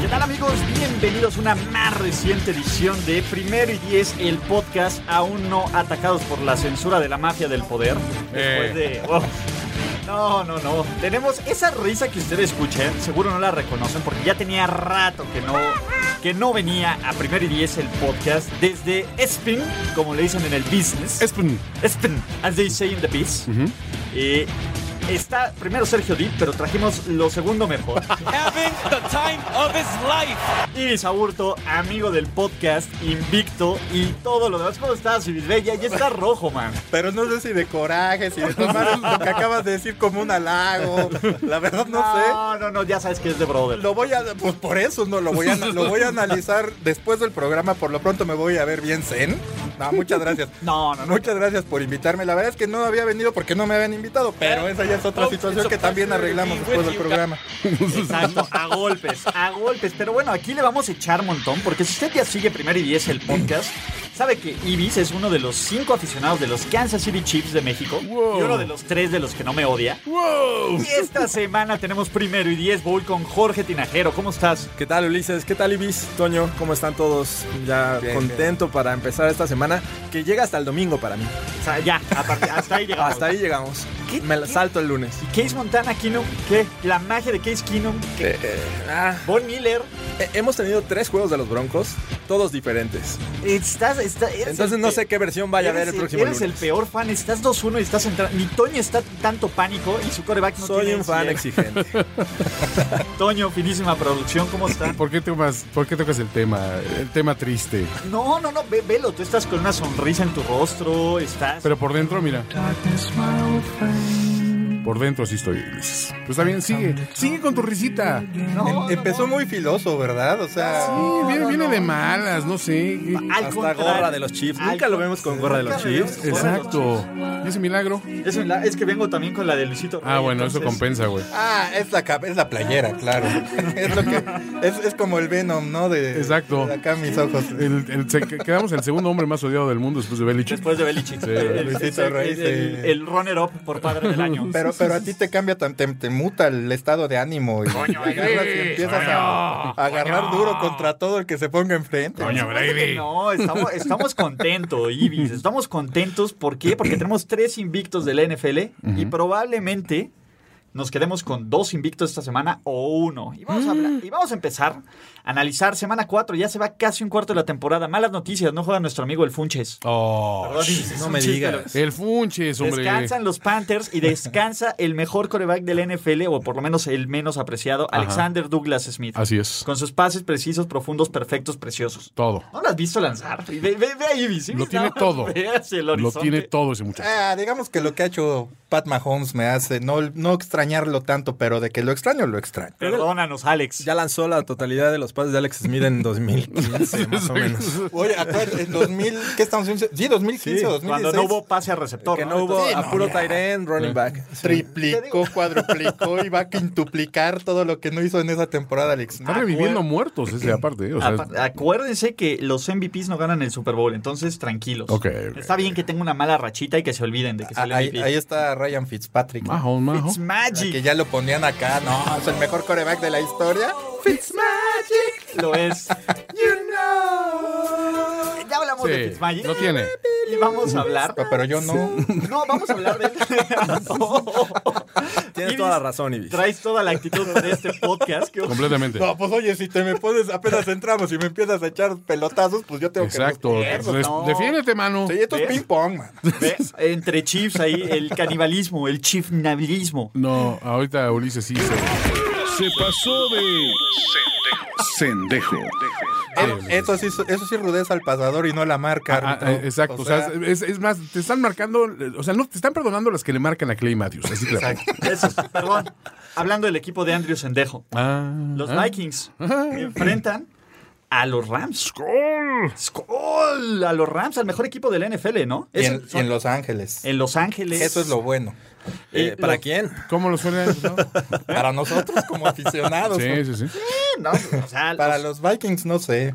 ¿Qué tal amigos? Bienvenidos a una más reciente edición de Primero y Diez, el podcast aún no atacados por la censura de la mafia del poder. Después de... Uf. No, no, no. Tenemos esa risa que ustedes escuchen, seguro no la reconocen porque ya tenía rato que no, que no venía a Primero y Diez el podcast desde Spin, como le dicen en el business. Espen. Spin, as they say in the biz. Eh, está primero Sergio Dip, pero trajimos lo segundo mejor. having the time of his life. Iris Aburto, amigo del podcast, invicto y todo lo demás. ¿Cómo estás, Iris Bella? Ya está rojo, man. Pero no sé si de coraje, si de tomar lo que acabas de decir como un halago. La verdad no No, no, no, ya sabes que es de sé. brother. Lo voy a, pues por eso no lo voy a, lo voy a analizar después del programa. Por lo pronto me voy a ver bien zen. No, muchas gracias. No, no, no. Muchas gracias por invitarme. La verdad es que no había venido porque no me habían invitado, pero esa ya es otra situación que también arreglamos después del programa. Exacto, a golpes, a golpes. Pero bueno, aquí le vamos a echar montón, porque si usted ya sigue primero y diez el podcast, sabe que Ibis es uno de los cinco aficionados de los Kansas City Chiefs de México y uno de los tres de los que no me odia. Y esta semana tenemos primero y diez bowl con Jorge Tinajero. ¿Cómo estás? ¿Qué tal Ulises? ¿Qué tal Ibis? Toño, ¿cómo están todos? Ya Bien, contento para empezar esta semana que llega hasta el domingo para mí. O sea, ya, a partir- hasta ahí llegamos. Hasta ahí llegamos. Ah, ¿Qué- Me la qué? salto el lunes. ¿Y Case Montana, Keenum? ¿Qué? ¿La magia de Case Keenum? ¿Qué? Eh, eh, ah, Von Miller. eh, hemos tenido tres juegos de los Broncos, todos diferentes. Estás. está- eres Entonces el no pe- sé qué versión vaya a ver eres el próximo Eres el lunes. peor fan. Estás 2-1 y estás entrando. Ni Toño está tanto pánico y su coreback no Soy tiene un fan ansiedad. exigente. Toño, finísima producción. ¿Cómo está? ¿Por qué, tocas, ¿Por qué tocas el tema? El tema triste. No, no, no. ve- velo. Tú estás con una sonrisa en tu rostro. Estás. Pero por dentro, mira. Por dentro sí estoy feliz. Pues está bien, sigue. Sigue con tu risita. No, no, Empezó no. muy filoso, ¿verdad? O sea, Sí, viene, viene de malas, no sé. Al Hasta contrario. gorra de los Chiefs. Al Nunca lo vemos con gorra de los contrario. Chiefs. Exacto. ¿Y ese milagro? Es, un la- es que vengo también con la de Luisito. Ah, Rey, bueno, eso entonces- compensa, güey. ah, es la cap- es la playera, claro. Es lo que es, es como el Venom, ¿no? De, Exacto. de acá mis ojos. El, el- se- quedamos el segundo hombre más odiado del mundo después de Belichick. Después de Belichick. Sí, el, Luisito el- Rey, el- el- sí. el runner-up por padre del año. Pero, pero a ti te cambia, tan- te, te muta el estado de ánimo y, y agarras y empiezas a, a agarrar duro contra todo el que se ponga enfrente. Fíjate que No, estamos, estamos contentos, Ibis. Estamos contentos. ¿Por qué? Porque tenemos tres invictos de la NFL y probablemente nos quedemos con dos invictos esta semana o uno. Y vamos, a hablar- y vamos a empezar a analizar semana 4. Ya se va casi un cuarto de la temporada. Malas noticias. No juega nuestro amigo el Funches. Oh, Perdón, Ibis, es no un me chiste, digas. pero- el Funches, hombre. Descansan los Panthers y descansa el mejor coreback del NFL, o por lo menos el menos apreciado, Alexander Douglas Smith. Así es. Con sus pases precisos, profundos, perfectos, preciosos. Todo. ¿No lo has visto lanzar? Ve, ve, ve a Ibis. Ibis Lo tiene nada más todo. ve hacia el Lo horizonte. tiene todo ese muchacho. Ah, digamos que lo que ha hecho Pat Mahomes me hace no, no extrañarlo tanto, pero de que lo extraño, lo extraño. Perdónanos, Alex. Ya lanzó la totalidad de los pases de Alex Smith en 2015, más o menos. Oye, acuérdate, en 2000, ¿qué estamos diciendo? Sí, 2015 o 2016. Cuando no hubo pase a receptor. Que ¿no? no hubo Entonces, a puro tight end, running back. Triplicó, cuadruplicó y va a quintuplicar todo lo que no hizo en esa temporada, Alex. Está reviviendo muertos ese aparte. eh, O sea, Ah, apa- ah, acuérdense que los MVPs no ganan el Super Bowl, entonces tranquilos. Ok, ok. Está bien que tenga una mala rachita y que se olviden de que es el Ah, Ahí, MVP. ahí está Ryan Fitzpatrick. majo, majo. It's Que magic. ya lo ponían acá, no, es el mejor coreback de la historia. Lo es. Ya hablamos de Sí, Fitzmagic. lo tiene. Y vamos a hablar. Pero yo no. No, vamos a hablar de. Tienes Ibis, toda la razón, Ibis. Traes toda la actitud de este podcast. que- Completamente. No, pues oye, si te me pones, apenas entramos y me empiezas a echar pelotazos, pues yo tengo Exacto. que. pierdo, Des- no. Defiéndete, mano. Sí, esto es ping pong, man. Ve, Entre chiefs ahí, el canibalismo, el chiefnabilismo. No, ahorita Ulises sí se... Se pasó de sendejo. Eh, Eso sí, eso sí rudeza al pasador y no la marca. Ah, árbitro. ah, exacto, O o sea, sea, es, es más, te están marcando, o sea, no te están perdonando las que le marcan a Clay Matthews. Así te la pongo. Eso, es- perdón. Hablando del equipo de Andrew Sendejo. Ah, Los ah. Vikings enfrentan a los Rams. ¡Gol! ¡Skol! A los Rams, al mejor equipo de la NFL, ¿no? Y Es- en, y son- en Los Ángeles. en Los Ángeles. Eso es lo bueno. Eh, Eh, ¿Para lo- quién? ¿Cómo lo suena? no? Para nosotros como aficionados. Sí, sí, sí. No, o sea, Para los- los Vikings, no sé.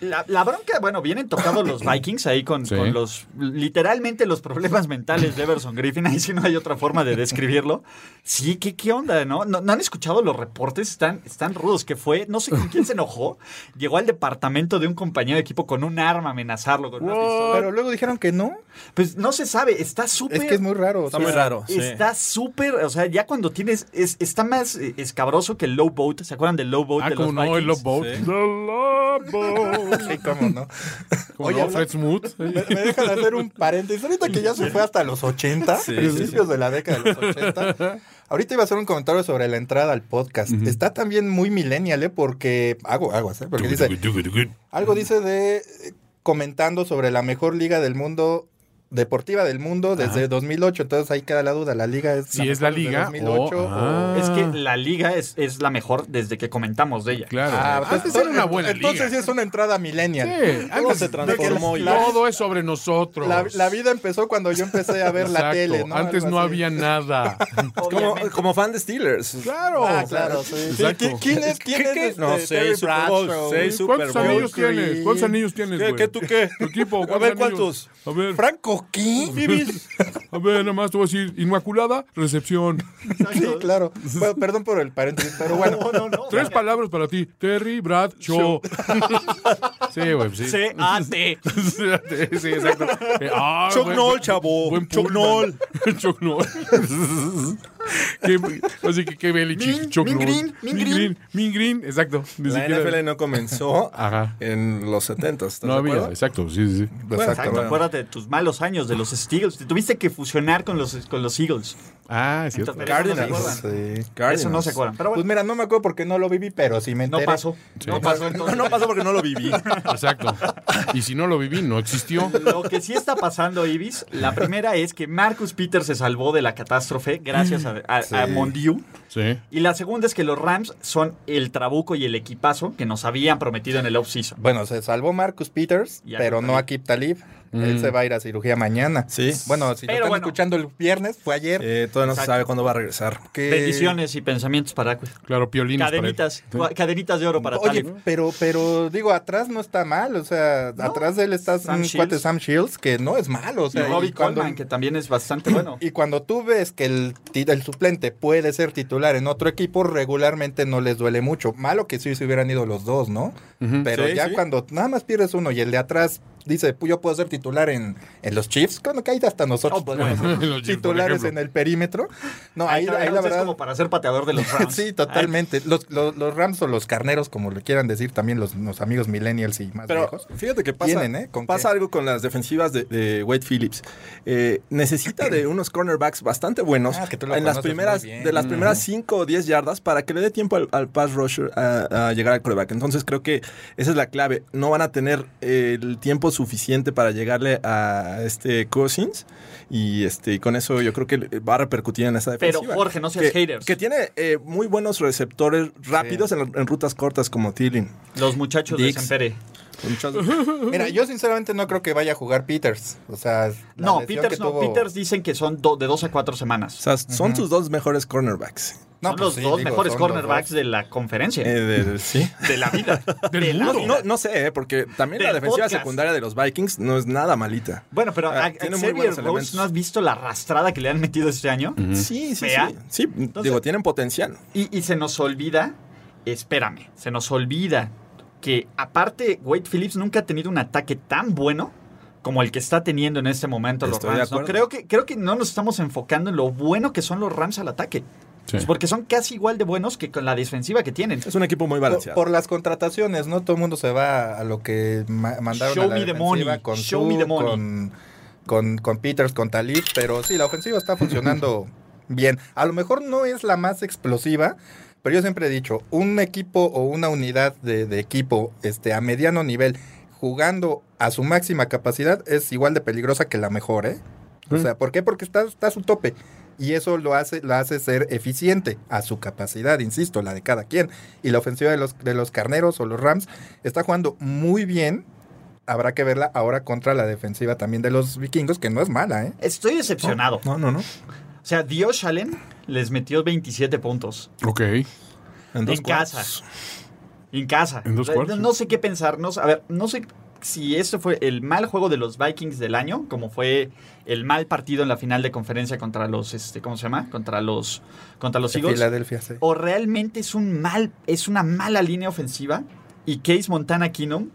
La, la bronca, bueno, vienen tocados los Vikings ahí con, Sí. con los, literalmente los problemas mentales de Everson Griffin, ahí sí no hay otra forma de describirlo. Sí, ¿qué, qué onda, no? no? no han escuchado los reportes? Están, están rudos, que fue, no sé con quién se enojó, llegó al departamento de un compañero de equipo con un arma a amenazarlo con una pistola. Pero luego dijeron que no. Pues no se sabe, está súper... Es que es muy raro. o Está sea, muy raro. sí. Está súper, o sea, ya cuando tienes, es- está más eh, escabroso que el low boat, ¿se acuerdan del low boat? Ah, de como los no, el Vikings? Love Boat. Sí. The Love Boat. Sí, cómo no. Como Oye, no, habla- Fred Smooth. Me, me dejan hacer un paréntesis. Ahorita que ya se fue hasta los 80, Sí, principios de la década de los 80. Ahorita iba a hacer un comentario sobre la entrada al podcast. Está también muy millennial, ¿eh? Porque. Hago aguas, ¿eh? Porque dice. Algo dice de. eh, Comentando sobre la mejor liga del mundo. Deportiva del mundo desde 2008. Entonces ahí queda la duda. La liga es. Si es la mejor liga. desde 2008. o- o- ah, Es que la liga es, es la mejor desde que comentamos de ella. Claro. Ah, Antes pues, era una buena entonces liga. sí es una entrada millennial. Sí, antes se de que transformó la- ya. Todo es sobre nosotros. La, la vida empezó cuando yo empecé a ver la Exacto. tele, ¿no? Antes Algo no así. había nada. Como, eh, como fan de Steelers. claro. Ah, claro, sí. Exacto. ¿Qui- ¿Quién es? ¿Quién ¿Qué, es? qué? este, No, seis Terry Super Bowls, Bradshaw? seis Super ¿Cuántos anillos Bowls. tienes? ¿Cuántos anillos tienes, ¿Qué, güey? qué, tú qué? ¿Tu equipo? A ver, anillos? ¿cuántos? A ver, ¿Franco qué? a ver, nada más te voy a decir, Inmaculada, recepción. Sí, claro. Bueno, perdón por el paréntesis, pero bueno. pues Tres palabras para ti, Terry, Brad, Cho. sí, güey, sí. Sí, C-A-T. sí, exacto. Eh, ah, Chuck buen- Noll, chavo. Buen Chuck Noll. pullman. Chuck Noll. Qué- así que qué Belichick, Min- Chuck Min Noll. Green, Min Green. Min Green, exacto. Ni La siquiera- NFL no comenzó Ajá. en los 70. ¿estás No de había, acuerdo? exacto, sí, sí. sí. Exacto, acuérdate de tus malos años de los Steelers. Te tuviste que fusionar con los, con los Eagles. Ah, es cierto. Entonces, pero eso no se Cardinals. acuerdan. Sí. Eso no se acuerdan. Pero Pues bueno, mira, no me acuerdo porque no lo viví, pero Pues, sí me no enteré. pasó. No pasó entonces. No pasa porque no lo viví. Exacto. Y si no lo viví, no existió. Lo que sí está pasando, Ibis, la primera es que Marcus Peters se salvó de la catástrofe gracias a, a- a Mondiu. Sí. Y la segunda es que los Rams son el trabuco y el equipazo que nos habían prometido en el offseason. Bueno, se salvó Marcus Peters, Y Akib pero no Talib. a Kip Talib. Él Mm. se va a ir a cirugía mañana. Sí. Bueno, si lo Pero están bueno. escuchando el viernes, fue ayer. Eh, todavía no se sabe cuándo va a regresar. que- Bendiciones y pensamientos para Claro, piolinas. para él. cadenitas, cua- cadenitas de oro para Oye, Talib. pero, pero digo, atrás no está mal. O sea, atrás de él está Sam un Shields. cuate Sam Shields, que no es malo. O Y sea, y Robbie cuando- Coleman, que también es bastante bueno. Y cuando tú ves que el, ti- el suplente puede ser titular en otro equipo, regularmente no les duele mucho. Malo que sí se hubieran ido los dos, ¿no? Pero Sí, ya sí. cuando nada más pierdes uno y el de atrás dice, "Pues yo puedo ser titular en, en los Chiefs, cuando caída hasta nosotros Oh, pues, podemos ser En los Chiefs, por titulares ejemplo. en el perímetro. No, ahí, Ay, ahí la Rams Es verdad... como para ser pateador de los Rams. Sí, totalmente. Los, los, los Rams o los carneros, como le quieran decir también los, los amigos millennials y más Pero viejos. fíjate que pasa, Tienen, ¿eh? ¿Con pasa qué? algo con las defensivas de, de Wade Phillips. Eh, necesita de unos cornerbacks bastante buenos Ah, que tú lo en las conoces primeras, muy bien. de las primeras 5 o 10 yardas para que le dé tiempo al, al pass rusher a, a llegar al coreback. Entonces creo que esa es la clave. No van a tener eh, el tiempo suficiente para llegarle a este Cousins. Y este y con eso yo creo que le- va a repercutir en esa Pero, defensiva. Jorge, no seas que, haters. que tiene eh, muy buenos receptores rápidos en, en rutas cortas como Tilling. Los muchachos de Dix. Sempere. Mira, yo sinceramente no creo que vaya a jugar Peters. O sea, la No, lesión Peters que no. tuvo- Peters dicen que son do- de dos a cuatro O semanas. sea, son tus dos mejores cornerbacks. No, son pues los sí, dos digo, mejores son los cornerbacks dos. de la conferencia. Eh, de- de- sí. de la vida. Del De la mundo. vida. No, no sé, eh, porque también la Del defensiva podcast. secundaria de los Vikings no es nada malita. Bueno, pero Ah, a, a tiene muy Xavier buenos Rhodes, elementos. ¿no has visto la arrastrada que le han metido este año? Sí, sí, Fea. sí. Sí, digo, tienen potencial. Y, y se nos olvida, espérame, se nos olvida que aparte Wade Phillips nunca ha tenido un ataque tan bueno como el que está teniendo en este momento los Estoy de Rams. ¿no? acuerdo. Creo, que, creo que no nos estamos enfocando en lo bueno que son los Rams al ataque. Sí. Pues porque son casi igual de buenos que con la defensiva que tienen. Es un equipo muy Por, balanceado. por las contrataciones, ¿no? Todo el mundo se va a lo que ma- mandaron Show a la me the defensiva money, con show Su, me the money. Con, con, con Peters, con Talib, pero sí, la ofensiva está funcionando bien. A lo mejor no es la más explosiva, pero yo siempre he dicho, un equipo o una unidad de, de equipo este, a mediano nivel jugando a su máxima capacidad es igual de peligrosa que la mejor, ¿eh? O sea, ¿por qué? Porque está, está a su tope. y eso lo hace, la hace ser eficiente a su capacidad, insisto, la de cada quien. Y la ofensiva de los, de los carneros o los Rams está jugando muy bien. Habrá que verla ahora contra la defensiva también de los vikingos, que no es mala, ¿eh? Estoy decepcionado. No, no, no. O sea, Dios Allen les metió 27 puntos. Ok. En, dos cuartos. casa. En casa. En dos No- cuartos. No sé qué pensar. No, sé- a ver, no sé si este fue el mal juego de los Vikings del año, como fue el mal partido en la final de conferencia contra los, este, ¿cómo se llama? Contra los, contra los De Eagles. Filadelfia, sí. O realmente es un mal, es una mala línea ofensiva. Y Case Montana Keenum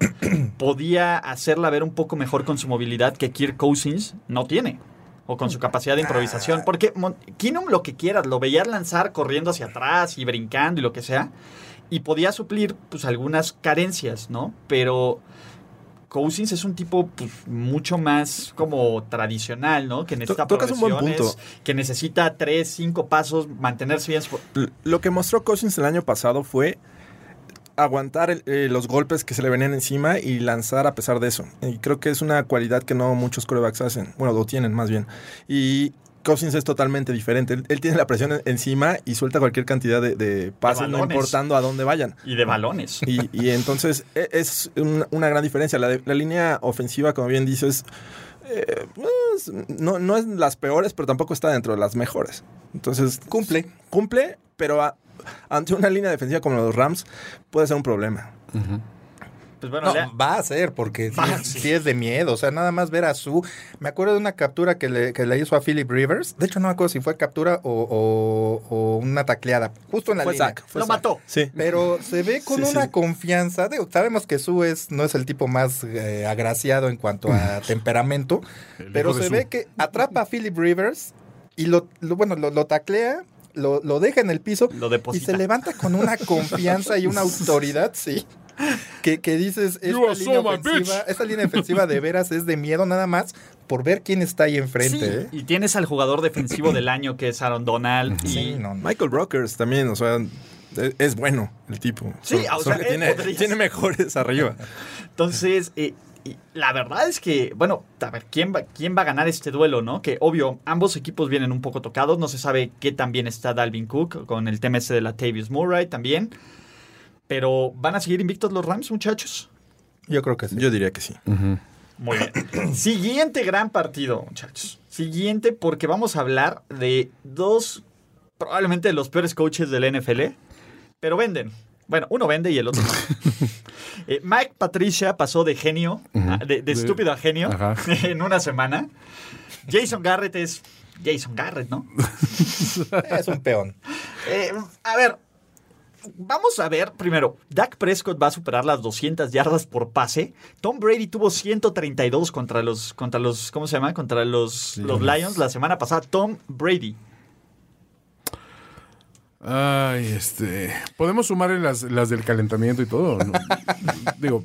podía hacerla ver un poco mejor con su movilidad que Kirk Cousins no tiene. O con su capacidad de Ah. improvisación. Porque Mon- Keenum lo que quieras, lo veías lanzar corriendo hacia atrás y brincando y lo que sea. Y podía suplir pues algunas carencias, ¿no? Pero Cousins es un tipo pues, mucho más como tradicional, ¿no? Que necesita tocas un buen progresiones, punto. Que necesita tres, cinco pasos, mantenerse bien. su- L- Lo que mostró Cousins el año pasado fue aguantar el- eh, los golpes que se le venían encima y lanzar a pesar de eso. Y creo que es una cualidad que no muchos corebacks hacen. Bueno, lo tienen más bien. Y Cousins es totalmente diferente. Él, él tiene la presión en- encima y suelta cualquier cantidad de, de pases, no balones. importando a dónde vayan. Y de balones. Y, y entonces e- es un- una gran diferencia. La, de- la línea ofensiva, como bien dices, eh, pues, no, no es las peores, pero tampoco está dentro de las mejores. Entonces, Cumple. cumple, pero a- ante una línea defensiva como los Rams puede ser un problema. Pues bueno, No, Lea- va a ser, porque sí, Va, es- sí. sí es de miedo. O sea, nada más ver a su. Me acuerdo de una captura que le, que le hizo a Philip Rivers. De hecho, no me acuerdo si fue captura o, o- o una tacleada. Justo en la Fue línea. sack, fue Lo sack. mató. Sí. Pero se ve con Sí, sí. una confianza. Digo, sabemos que Su es, no es el tipo más eh, agraciado en cuanto a temperamento. hijo pero de se Su. ve que atrapa a Philip Rivers y lo, lo- bueno, lo, lo taclea. Lo, lo deja en el piso Lo y deposita. se levanta con una confianza y una autoridad, sí. Que, que dices, esta You línea, are so my ofensiva, bitch. esta línea ofensiva de veras es de miedo nada más por ver quién está ahí enfrente. ¿eh? Y tienes al jugador defensivo del año que es Aaron Donald. Y, Sí, no, no. Michael Brokers también, o sea, es, es bueno el tipo. Sí, Solo- o sea, solo que él tiene, podría- tiene mejores arriba. Entonces, eh, y la verdad es que, bueno, a ver, ¿quién va, ¿quién va a ganar este duelo, no? Que obvio, ambos equipos vienen un poco tocados. No se sabe qué tan bien está Dalvin Cook con el tema ese de la Tavis Murray también. Pero, ¿van a seguir invictos los Rams, muchachos? Yo creo que sí. Yo diría que sí. Muy bien. Siguiente gran partido, muchachos. Siguiente porque vamos a hablar de dos, probablemente de los peores coaches del NFL, pero venden. Bueno, uno vende y el otro no. Eh, Mike Patricia pasó de genio, a- de, de De- estúpido a genio, Ajá. en una semana. Jason Garrett es Jason Garrett, ¿no? Es un peón. Eh, a ver, vamos a ver primero. Dak Prescott va a superar las 200 yardas por pase. Tom Brady tuvo 132 contra los, contra los, ¿cómo se llama? Contra los, los Lions la semana pasada. Tom Brady. Ay, este. Podemos sumarle las, las del calentamiento y todo. ¿no? Digo,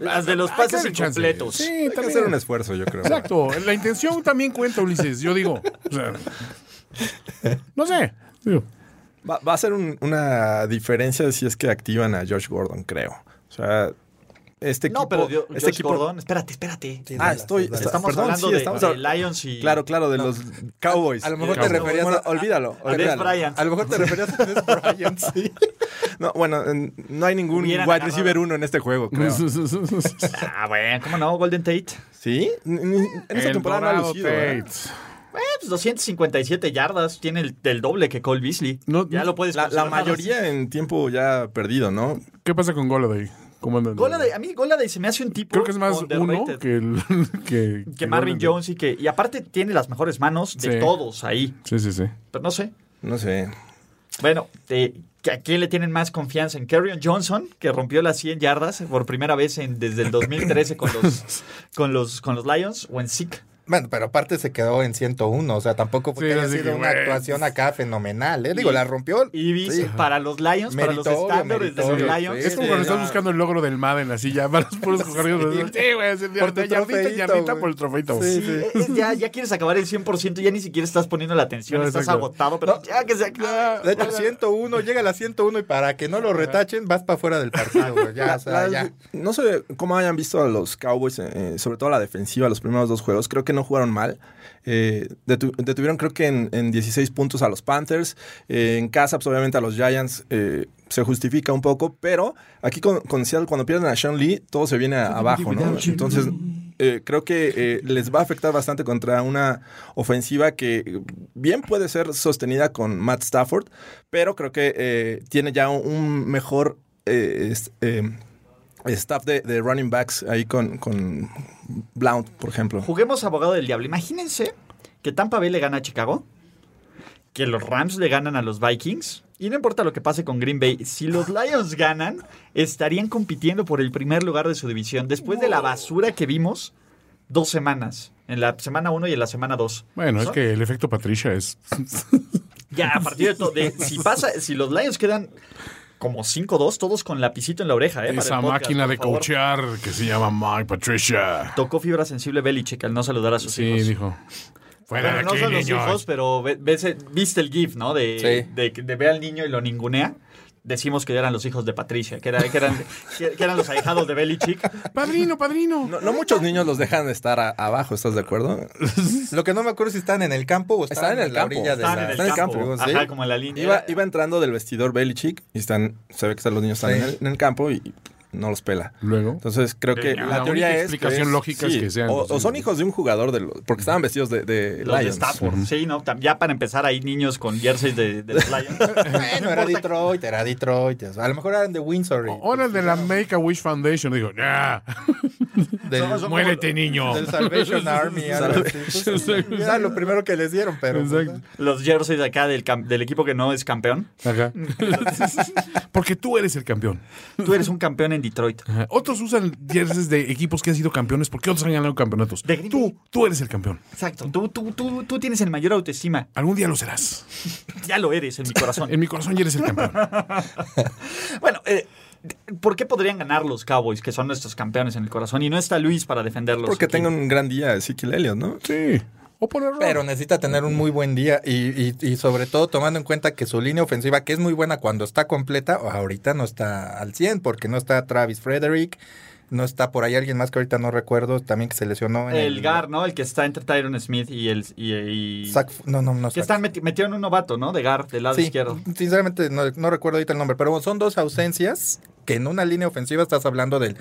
Las de los hay que pases darle chance. incompletos. Este Sí, Hay que también. hacer un esfuerzo, yo creo. Exacto. La intención también cuenta, Ulises. Yo digo. o sea, no sé. Digo, Va, va a ser un- una diferencia si es que activan a Josh Gordon, creo. O sea, este equipo. No, pero Dio- este Josh equipo- Gordon, espérate, espérate. Sí, Ah, Dallas, estoy. sí, Dallas. está- Estamos perdón, hablando sí, de, estamos de a- Lions y Claro, claro, de los Cowboys. A lo mejor Eh, te Cowboys. referías Bueno, a- olvídalo. a Des olvídalo. Bryant. A lo mejor te referías a Des Bryant, sí. No, bueno, en- no hay ningún Hubieran wide agarrado. receiver uno en este juego, creo. Ah, bueno, ¿cómo no? Golden Tate. ¿Sí? Ni- ni- En esta El temporada no ha Dorado lucido. Tate. ¿eh? Eh, pues, 257 yardas. Tiene el, el doble que Cole Beasley. No, ya no, lo puedes La, la considerar. mayoría en tiempo ya perdido, ¿no? ¿Qué pasa con Goladay? ¿Cómo andan? Golladay- a mí Goladay se me hace un tipo. Creo que es más uno underrated. que, el, que, que Marvin Golladay. Jones y que y aparte tiene las mejores manos de Sí. todos ahí Sí, sí, sí. pero no sé No sé. bueno eh, que a quién le tienen más confianza en Kerryon Johnson que rompió las 100 yardas por primera vez en- desde el 2013 con los con los con los Lions o en Zeke Bueno, pero aparte se quedó en 101, o sea, tampoco fue Sí, que haya así sido que, una güey. actuación acá fenomenal, ¿eh? Digo, la rompió. y vi- Sí. para los Lions para los Meritorio, estándares de los meritorio, Lions sí. Es como eh, cuando no. estás buscando el logro del Madden, así ya van los puros cojarrios. Sí, Sí, güey, así, Por tu yardita, yardita, trofeito, yardita güey. por el trofeito. güey. Sí, sí, sí. es- eh, ya, ya quieres acabar el 100% ya ni siquiera estás poniendo la atención No, estás exacto. agotado pero ya que se Ah. acabe. De hecho, 101, llega a la 101 y para que no lo retachen, vas para fuera del partido, güey. Ya, o sea, La- ya. eh, No sé cómo hayan visto a los Cowboys, eh, sobre todo a la defensiva, los primeros dos juegos. Creo que no no jugaron mal. Eh, detu- detuvieron creo que en, en 16 puntos a los Panthers. Eh, en casa, pues obviamente a los Giants eh, se justifica un poco, pero aquí con, con Seattle, cuando pierden a Sean Lee, todo se viene a- abajo, ¿no? Entonces, eh, creo que eh, les va a afectar bastante contra una ofensiva que eh, bien puede ser sostenida con Matt Stafford, pero creo que eh, tiene ya un, un mejor... eh, es- eh, Staff de, de running backs ahí con, con Blount, por ejemplo. Juguemos abogado del diablo. Imagínense que Tampa Bay le gana a Chicago, que los Rams le ganan a los Vikings. Y no importa lo que pase con Green Bay, si los Lions ganan, estarían compitiendo por el primer lugar de su división. Después de la basura que vimos dos semanas, en la semana 1 y en la semana 2. Bueno, es que el efecto Patricia es. Ya, a partir de todo, de- si pasa, si los Lions quedan como 5-2, todos con lapicito en la oreja, ¿eh? para el Esa podcast, máquina por de favor. coachear que se llama Mike Patricia. Tocó fibra sensible Belichick al no saludar a sus Sí, hijos. dijo. Fuera Bueno, de no aquí, son los niños. hijos, pero ve- ves- viste el GIF, ¿no? De, Sí. de, de ve al niño y lo ningunea. Decimos que eran los hijos de Patricia, que, era- que eran, que, que eran los ahijados de Belichick. Padrino, padrino. No, no muchos niños los dejan estar a- abajo, ¿estás de acuerdo? Lo que no me acuerdo es si están en el campo o están, Están en el la campo. orilla de Estaban la- en el Está en el campo. campo, Ajá, sí. como en la línea. Iba, iba entrando del vestidor Belichick y están, se ve que están, los niños están Sí. en, el, en el campo y no los pela. Luego. Entonces creo que La la, única teoría es. explicación es- lógica es que sean O, los o son hijos. hijos de un jugador de los, porque estaban vestidos de, de Los de Lions. Stafford. Sí, ¿no? Tam- Ya para empezar, hay niños con jerseys de, de los Lions. Bueno, era Detroit, era Detroit. o sea, a lo mejor eran de Windsor. Oh, y- Ahora el de la Make a Wish Foundation dijo, "Nah, del, oh, Somos- somos- muérete niño. del Salvation Army. algo así. Pues, era lo primero que les dieron, pero. pues, Exacto. Los jerseys de acá del, cam- del equipo que no es campeón. Ajá. Porque tú eres el campeón. Tú eres un campeón en Detroit. Ajá. Otros usan jerseys de equipos que han sido campeones porque otros han ganado campeonatos. De Green Tú, tú eres el campeón. Exacto. Tú, tú, tú, tú tienes el mayor autoestima. Algún día lo serás. Ya lo eres en mi corazón. En mi corazón ya eres el campeón. Bueno, eh, ¿por qué podrían ganar los Cowboys, que son nuestros campeones en el corazón? Y no está Luis para defenderlos. Porque aquí? tengo un gran día, Ezequiel Elliott, ¿no? Sí. O por error. Pero necesita tener un muy buen día y, y- y sobre todo tomando en cuenta que su línea ofensiva, que es muy buena cuando está completa, ahorita no está al 100 porque no está Travis Frederick, no está por ahí alguien más que ahorita no recuerdo, también que se lesionó en El Gar, ¿no? El que está entre Tyron Smith y el. Y, y- Zach- no, no, no. que Zach- están meti- metieron un novato, ¿no? De Gar, del lado Sí, izquierdo. sinceramente no, no recuerdo ahorita el nombre, pero son dos ausencias que en una línea ofensiva estás hablando del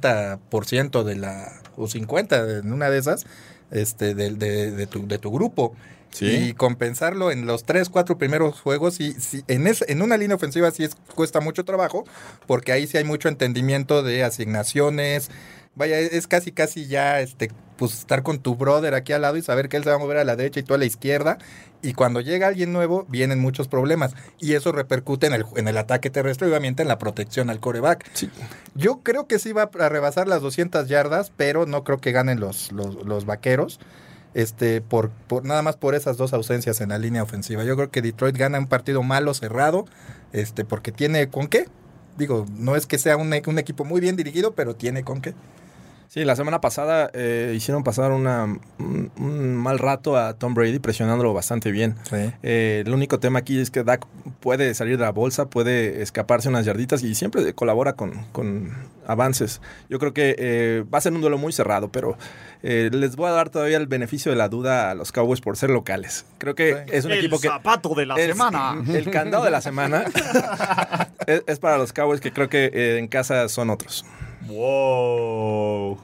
40% de la, o 50% en una de esas, este, del- de, de tu, de tu grupo. Sí. Y compensarlo en los tres, cuatro primeros juegos, y, sí, en, es- en una línea ofensiva sí es- cuesta mucho trabajo, porque ahí sí hay mucho entendimiento de asignaciones. Vaya, e, es, es casi, casi ya este, pues estar con tu brother aquí al lado y saber que él se va a mover a la derecha y tú a la izquierda. Y cuando llega alguien nuevo, vienen muchos problemas. Y eso repercute en el, en el ataque terrestre y obviamente en la protección al coreback. Sí. Yo creo que sí va a rebasar las 200 yardas, pero no creo que ganen los, los, los vaqueros. Este, por, por- nada más por esas dos ausencias en la línea ofensiva. Yo creo que Detroit gana un partido malo, cerrado, este, porque tiene con qué. Digo, no es que sea un, e- un equipo muy bien dirigido, pero tiene con qué. Sí, la semana pasada eh, hicieron pasar una, un, un mal rato a Tom Brady presionándolo bastante bien. Eh, el único tema aquí es que Dak puede salir de la bolsa, puede escaparse unas yarditas y siempre colabora con, con avances. Yo creo que eh, va a ser un duelo muy cerrado, pero eh, les voy a dar todavía el beneficio de la duda a los Cowboys por ser locales. Creo que Sí. es un el equipo que... zapato de la es- semana. El candado de la semana es, es para los Cowboys que creo que eh, en casa son otros. Wow.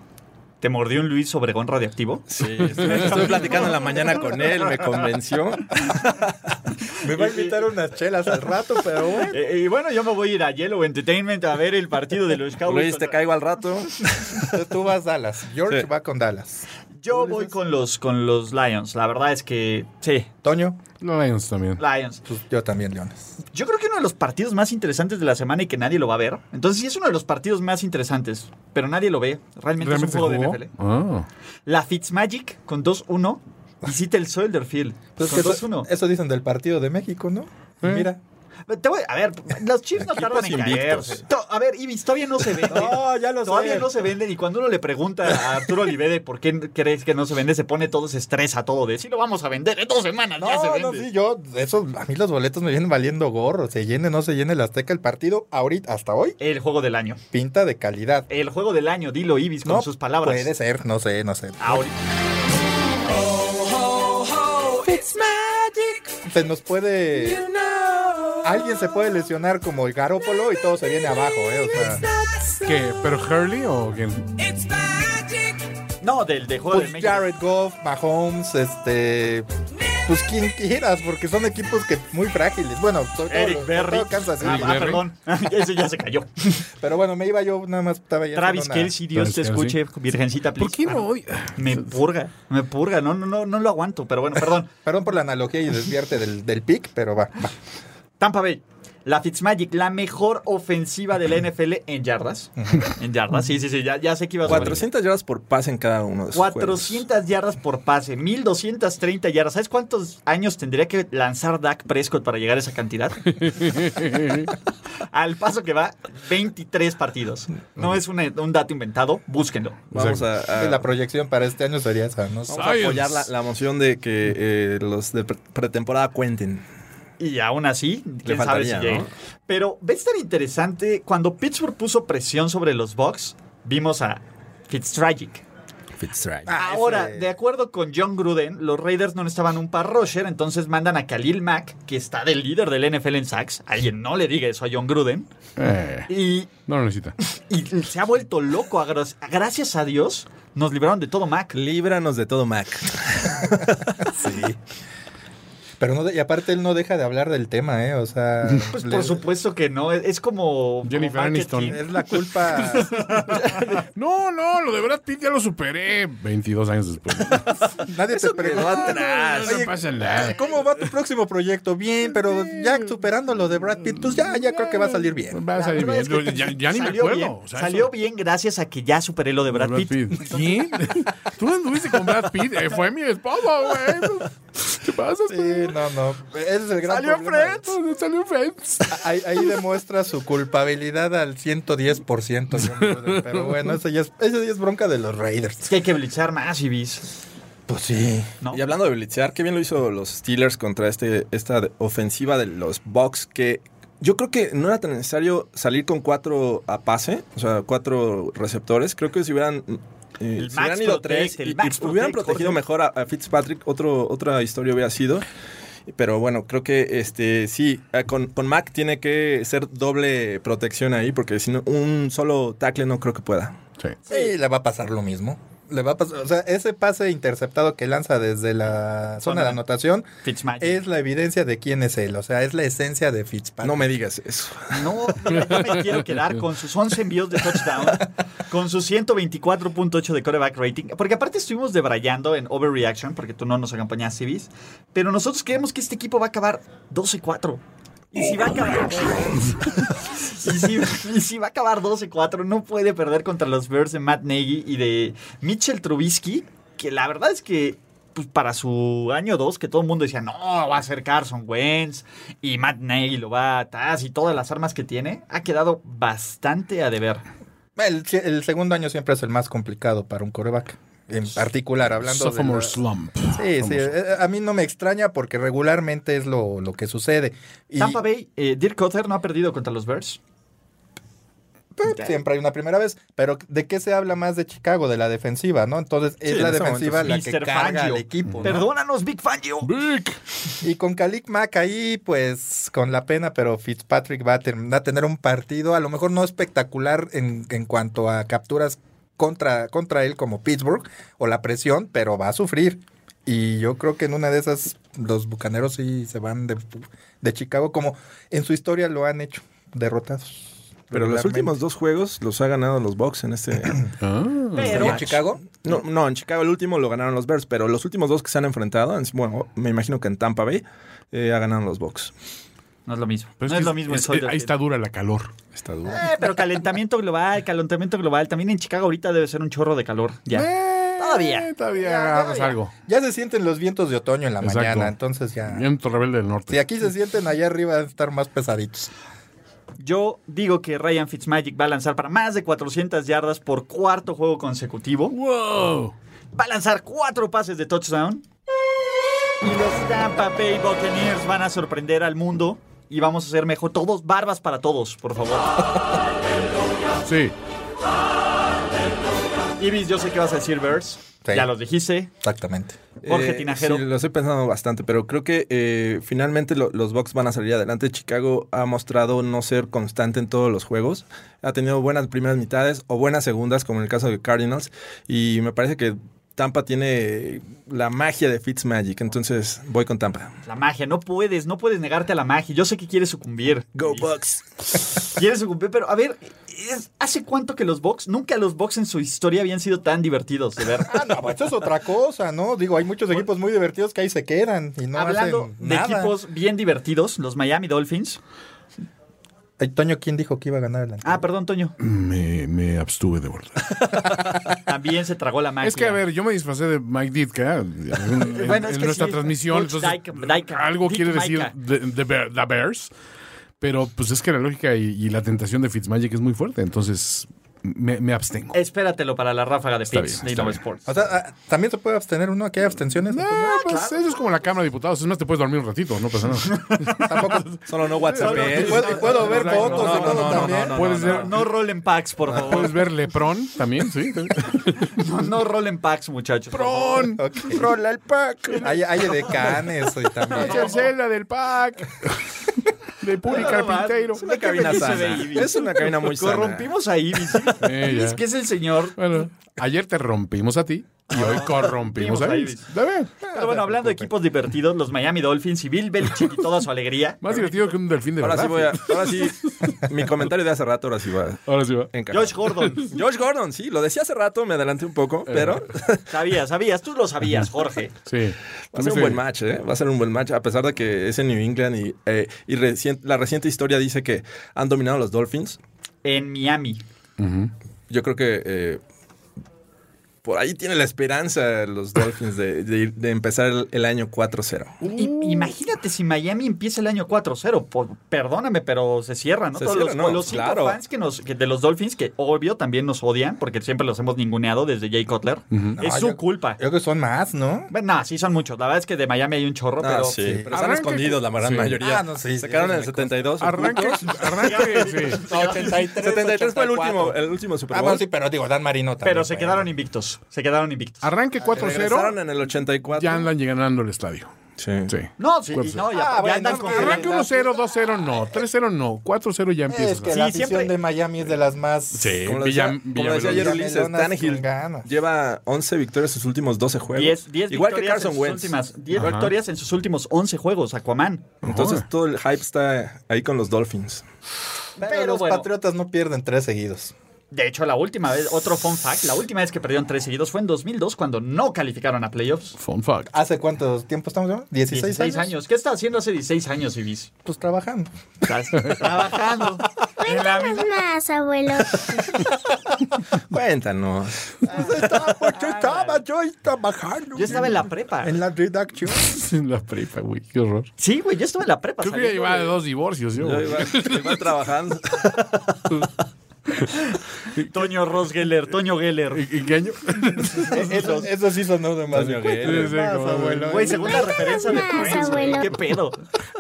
¿Te mordió un Luis Obregón radioactivo? Sí, estuve platicando en la mañana con él, me convenció. Me va a invitar unas chelas al rato, pero bueno. Eh, y bueno, yo me voy a ir a Yellow Entertainment a ver el partido de los Cowboys. Luis, te contra- caigo al rato. Entonces tú vas Dallas. George Sí. va con Dallas. Yo voy con los, con los Lions. La verdad es que. Sí, Toño, Los Lions también. Lions. pues yo también, Leones. Yo creo que uno de los partidos más interesantes de la semana y que nadie lo va a ver. Entonces, sí es uno de los partidos más interesantes, pero nadie lo ve. Realmente, es ¿Realmente un juego jugó? de NFL. Ah. La Fitzmagic con 2-1 visita el Soldier Field. Pues con que eso, 2-1. eso dicen del partido de México, ¿no? Mira. Eh, Te voy- a ver, los Chiefs no tardan en invictos. caerse. To- A ver, Ibis, todavía no se venden. No, ya lo todavía sé. no se venden. Y cuando uno le pregunta a Arturo Olivede por qué crees que no se vende, se pone todo, se estresa todo de si lo vamos a vender en dos semanas. ya se No, no, vende. sí, yo, eso, a mí los boletos me vienen valiendo gorro. Se llene, no se llene el Azteca, el partido, ahorita, hasta hoy, El juego del año. pinta de calidad. El juego del año, dilo Ibis Eh, con No sus palabras. Puede ser, no sé, no sé. Ahorita. se nos puede. Alguien se puede lesionar como el Garópolo y todo se viene abajo, ¿eh? O sea, ¿Qué? ¿Pero Hurley o quién? No, del de Juego pues de México. Jared Goff, Mahomes, este. Pues quien quieras, porque son equipos que muy frágiles. Bueno, sobre todo, Eric los- sobre Berry. todo Kansas City. Ah, ah, Berry. perdón. Ese ya se cayó. Pero bueno, me iba yo, nada más estaba ya. Travis haciendo una- Kelsey, Dios te Travis escuche, Virgencita, please. ¿Por qué no Ah, hoy? Me purga, me purga. No, no, no, no lo aguanto, pero bueno, perdón. Perdón por la analogía y desviarte del, del pick, pero va. va. Tampa Bay. La Fitzmagic, la mejor ofensiva de la NFL en yardas. En yardas, sí, sí, sí, ya, ya sé que ibas a 400 yardas por pase en cada uno de sus juegos. 400 yardas por pase, 1230 yardas. ¿Sabes cuántos años tendría que lanzar Dak Prescott para llegar a esa cantidad? Al paso que va, 23 partidos. No es un, un dato inventado, búsquenlo. Vamos a, a- La proyección para este año sería esa, ¿no? Ah. vamos a apoyar la, la moción de que eh, los de pre- pretemporada cuenten. Y aún así, quién sabe si faltaría, llegue. ¿no? Pero ves tan interesante, cuando Pittsburgh puso presión sobre los Bucks, vimos a Fitztragic. Ah, Ahora, ese- de acuerdo con John Gruden, los Raiders no necesitaban un par rusher, entonces mandan a Khalil Mack, que está del líder del NFL en sacks. Alguien no le diga eso a John Gruden. Eh, Y, no lo necesita. y se ha vuelto loco. a gra- Gracias a Dios, nos libraron de todo Mack. Líbranos de todo, Mac. Pero no, de- y aparte él no deja de hablar del tema, ¿eh? O sea. Pues le- por supuesto que no, es, es como... como Jennifer Aniston. marketing. Es la culpa. No, no, lo de Brad Pitt ya lo superé 22 años después. Nadie te Quedó preguntó. atrás. Pues No pasa nada. ¿Cómo va tu próximo proyecto? Bien, pero ya superando lo de Brad Pitt, pues ya, Ah, ya creo que va a salir bien. Va a La salir verdad bien. es que ya ya ni me salió acuerdo. bien, o sea, salió eso- bien gracias a que ya superé lo de Brad, Pitt. ¿Quién? ¿Tú anduviste con Brad Pitt? Eh, fue mi esposo, güey. ¿Qué pasa? Sí, no, no. Ese es el gran Salió problema. Friends. Salió Friends. Ahí, ahí demuestra su culpabilidad al 110%. John Gruden. Pero bueno, eso ya, es, eso ya es bronca de los Es Raiders. que hay que blitzar más, Ibis. Pues sí. ¿no? Y hablando de blitzear, qué bien lo hizo los Steelers contra este, esta de- ofensiva de los Bucks, que yo creo que no era tan necesario salir con cuatro a pase, o sea, cuatro receptores. Creo que si hubieran, eh, El si Max hubieran ido Protect, tres el y, y Max hubieran Protect, protegido Jorge. mejor a, a Fitzpatrick, otro, otra historia hubiera sido. Pero bueno, creo que este sí, eh, con, con Mac tiene que ser doble protección ahí, porque si no, un solo tackle no creo que pueda. Sí. Sí, le va a pasar lo mismo. Le va a pasar, o sea, ese pase interceptado que lanza desde la zona de anotación Fitzmagic. es la evidencia de quién es él, o sea, es la esencia de Fitzpatrick. No me digas eso. No, mira, yo me quiero quedar con sus 11 envíos de touchdown, con sus 124.8 de quarterback rating, porque aparte estuvimos debrayando en overreaction, porque tú no nos acompañaste, Ibis, pero nosotros creemos que este equipo va a acabar 12-4. Y si va a acabar. y, si, y si va a acabar 12-4, no puede perder contra los Bears de Matt Nagy y de Mitchell Trubisky, que la verdad es que pues, para su año 2, que todo el mundo decía, no, va a ser Carson Wentz y Matt Nagy lo va a atrás y todas las armas que tiene, ha quedado bastante a deber. El, el segundo año siempre es el más complicado para un coreback. En particular, hablando Sophomore de. la- slump. Sí, sí. Famoso. eh, A mí no me extraña porque regularmente es lo, lo que sucede. Y Tampa Bay, eh, Dirk Cutter no ha perdido contra los Bears. pues, siempre hay una primera vez. Pero ¿de qué se habla más de Chicago? De la defensiva, ¿no? Entonces es Sí, la en ese defensiva la momento que es Mr. carga Fangio. al equipo. ¿no? Perdónanos, Big Fangio. Vic. Y con Kalik Mack ahí, pues con la pena, pero Fitzpatrick va a, ter- va a tener un partido, a lo mejor no espectacular en, en cuanto a capturas contra, contra él como Pittsburgh o la presión, pero va a sufrir. Y yo creo que en una de esas, los bucaneros sí se van de, de Chicago, como en su historia lo han hecho, derrotados. Pero los regularmente. últimos dos juegos los ha ganado los Bucks en este. Ah. ¿Y Pero en Chicago? No, no, en Chicago el último lo ganaron los Bears, pero los últimos dos que se han enfrentado, en- bueno, me imagino que en Tampa Bay, eh, ha ganado los Bucks. no es lo mismo. Pero es no que es lo mismo. el es- eh, sol de ahí hoy. está dura la calor. Está duro. Eh, pero calentamiento global, calentamiento global. También en Chicago ahorita debe ser un chorro de calor. Ya. Eh, Todavía. Todavía Ya, agarras todavía. algo. Ya se sienten los vientos de otoño en la Exacto. mañana, entonces ya... Viento rebelde del norte. Si Ah. aquí se sienten, allá arriba van a estar más pesaditos. Yo digo que Ryan Fitzmagic va a lanzar para más de 400 yardas por cuarto juego consecutivo. ¡Wow! va a lanzar cuatro pases de touchdown. Y los Tampa Bay Buccaneers van a sorprender al mundo. Y vamos a ser mejor. Todos, barbas para todos, por favor. Sí. Ibis, yo sé que vas a decir Bears. Sí. Ya los dijiste. Exactamente. Jorge Eh, Tinajero. sí, lo estoy pensando bastante, pero creo que eh, finalmente lo- los Bucks van a salir adelante. Chicago ha mostrado no ser constante en todos los juegos. Ha tenido buenas primeras mitades o buenas segundas, como en el caso de Cardinals. Y me parece que Tampa tiene la magia de Fitzmagic. Entonces voy con Tampa. La magia, no puedes, no puedes negarte a la magia. Yo sé que quieres sucumbir. Go Ibis. Bucks. Quiere su cumpleaños, pero a ver, es- ¿hace cuánto que los Bucks, nunca los Bucks en su historia habían sido tan divertidos de ver? Ah, no, pues eso es otra cosa, ¿no? Digo, hay muchos equipos muy divertidos que ahí se quedan y no Hablando hacen de nada. equipos bien divertidos, los Miami Dolphins. Ay, Toño, ¿quién dijo que iba a ganar el Ah, perdón, Toño. Me, me abstuve de votar. También se tragó la magia. Es que, a ver, yo me disfracé de Mike Ditka en, en- Bueno, es en que nuestra sí, transmisión. Coach Entonces, Dyke- Dyke- algo Dick quiere decir Micah. the, the Bear- the Bears. Pero pues es que la lógica y, y la tentación de Fitzmagic es muy fuerte. Entonces me, me abstengo. Espératelo para la ráfaga de Está picks bien, de está Innova bien. Sports. O sea, ah, ¿también se puede abstener uno? ¿Aquí hay abstenciones? Eh, Ah, pues, Eso es como la Cámara de Diputados. Es más, te puedes dormir un ratito, no pasa nada. Tampoco. Solo no WhatsApp. Y puedo, y puedo ver Exacto. fotos y No, no, todo no, no, también. no, Puedes, ver, No rolen packs, por favor. puedes ver Leprón también, sí. No, no rolen packs, muchachos. por favor. Leprón. Ok. Rola el pack. Hay, hay decanes y también. Chancela del PAC. De Puri No, no, no, Carpintero. es Una cabina Qué feliz se sana. ve Ibis. Es una cabina muy sana. Corrompimos a Ibis. Eh, ya. Es que es el señor. Bueno, ayer te rompimos a ti y hoy Ah, corrompimos a Ibis. Está bien. Pero bueno, hablando de equipos divertidos, los Miami Dolphins y Bill Belichick y toda su alegría. Más divertido que un delfín de Ahora sí verdad. voy a. Ahora sí. mi comentario de hace rato, ahora sí va. Ahora sí va. en caja. Josh Gordon. Josh Gordon, sí, lo decía hace rato, me adelanté un poco, pero Sabías, sabías, tú lo sabías, Jorge. Sí. Va a ser un buen match, ¿eh? Va a ser un buen match, a pesar de que es en New England y, eh, y recien- la reciente historia dice que han dominado los Dolphins. En Miami. Yo creo que eh, por ahí tiene la esperanza los Dolphins de, de ir- de empezar el, el año 4-0. Mm. I- imagínate si Miami empieza el año 4-0. por- Perdóname, pero se cierran, ¿no? Se Todos cierra, los, no, los cinco claro. fans que nos, que de los Dolphins, que obvio también nos odian, porque siempre los hemos ninguneado desde Jay Cutler. Es Ah, No, su yo- culpa. Eh. Creo que son más, ¿no? Bueno, no, sí son muchos. La verdad es que de Miami hay un chorro, Ah, pero... sí, Arranca- pero están escondidos la gran sí. mayoría. Ah, no, sí, Se quedaron sí, en el 72. Arranque, arranque, sí. 83, 73 fue el último, el último Super Ah, Bowl. bueno, sí, pero digo, Dan Marino también. Pero se quedaron invictos. Se quedaron invictos. Arranque Regresaron 4-0, en el 84. ya andan llegando al estadio. Sí. Sí. No, sí, Cuatro- no, ya, Ah, ya bueno, andan no, con... Arranque 1-0, 2-0, no. 3-0, no. 4-0 ya Es que empiezas. a- la Sí, afición siempre- de Miami es de las más. Sí, Como lo Villa- decía, como Villa- decía ayer Villa- Ulises, Melonas Tannehill con ganas. lleva 11 victorias en sus últimos 12 juegos. 10, 10 Igual que victorias Carson en sus Wentz. últimas- 10 Ajá. victorias en sus últimos 11 juegos, Aquaman. Entonces Ajá. todo el hype está ahí con los Dolphins. Pero, Pero los bueno. Patriotas no pierden tres seguidos. De hecho, la última vez, otro fun fact, la última vez que perdieron tres seguidos fue en 2002 cuando no calificaron a playoffs. Fun fact. ¿Hace cuánto tiempo estamos? ¿no? 16, 16 años. años. ¿Qué está haciendo hace 16 años, Ibis? Pues trabajando. Estás trabajando. en la misma- más, abuelo. Cuéntanos. yo estaba, yo trabajando. Yo estaba en la prepa. la redacción. La prepa, güey. Qué horror. Sí, güey, yo estaba en la prepa. Creo que ya saliendo llevaba de- dos divorcios, yo. Yo iba, iba trabajando. Toño Rosgeller, Toño Geller. ¿En qué año? eso, eso sí sonó de más. Antonio Cuéntame Guerrero. Sí, sí, más, como- abuelo. Güey, segunda referencia de más, Friends, güey. abuelo. ¿Qué pedo?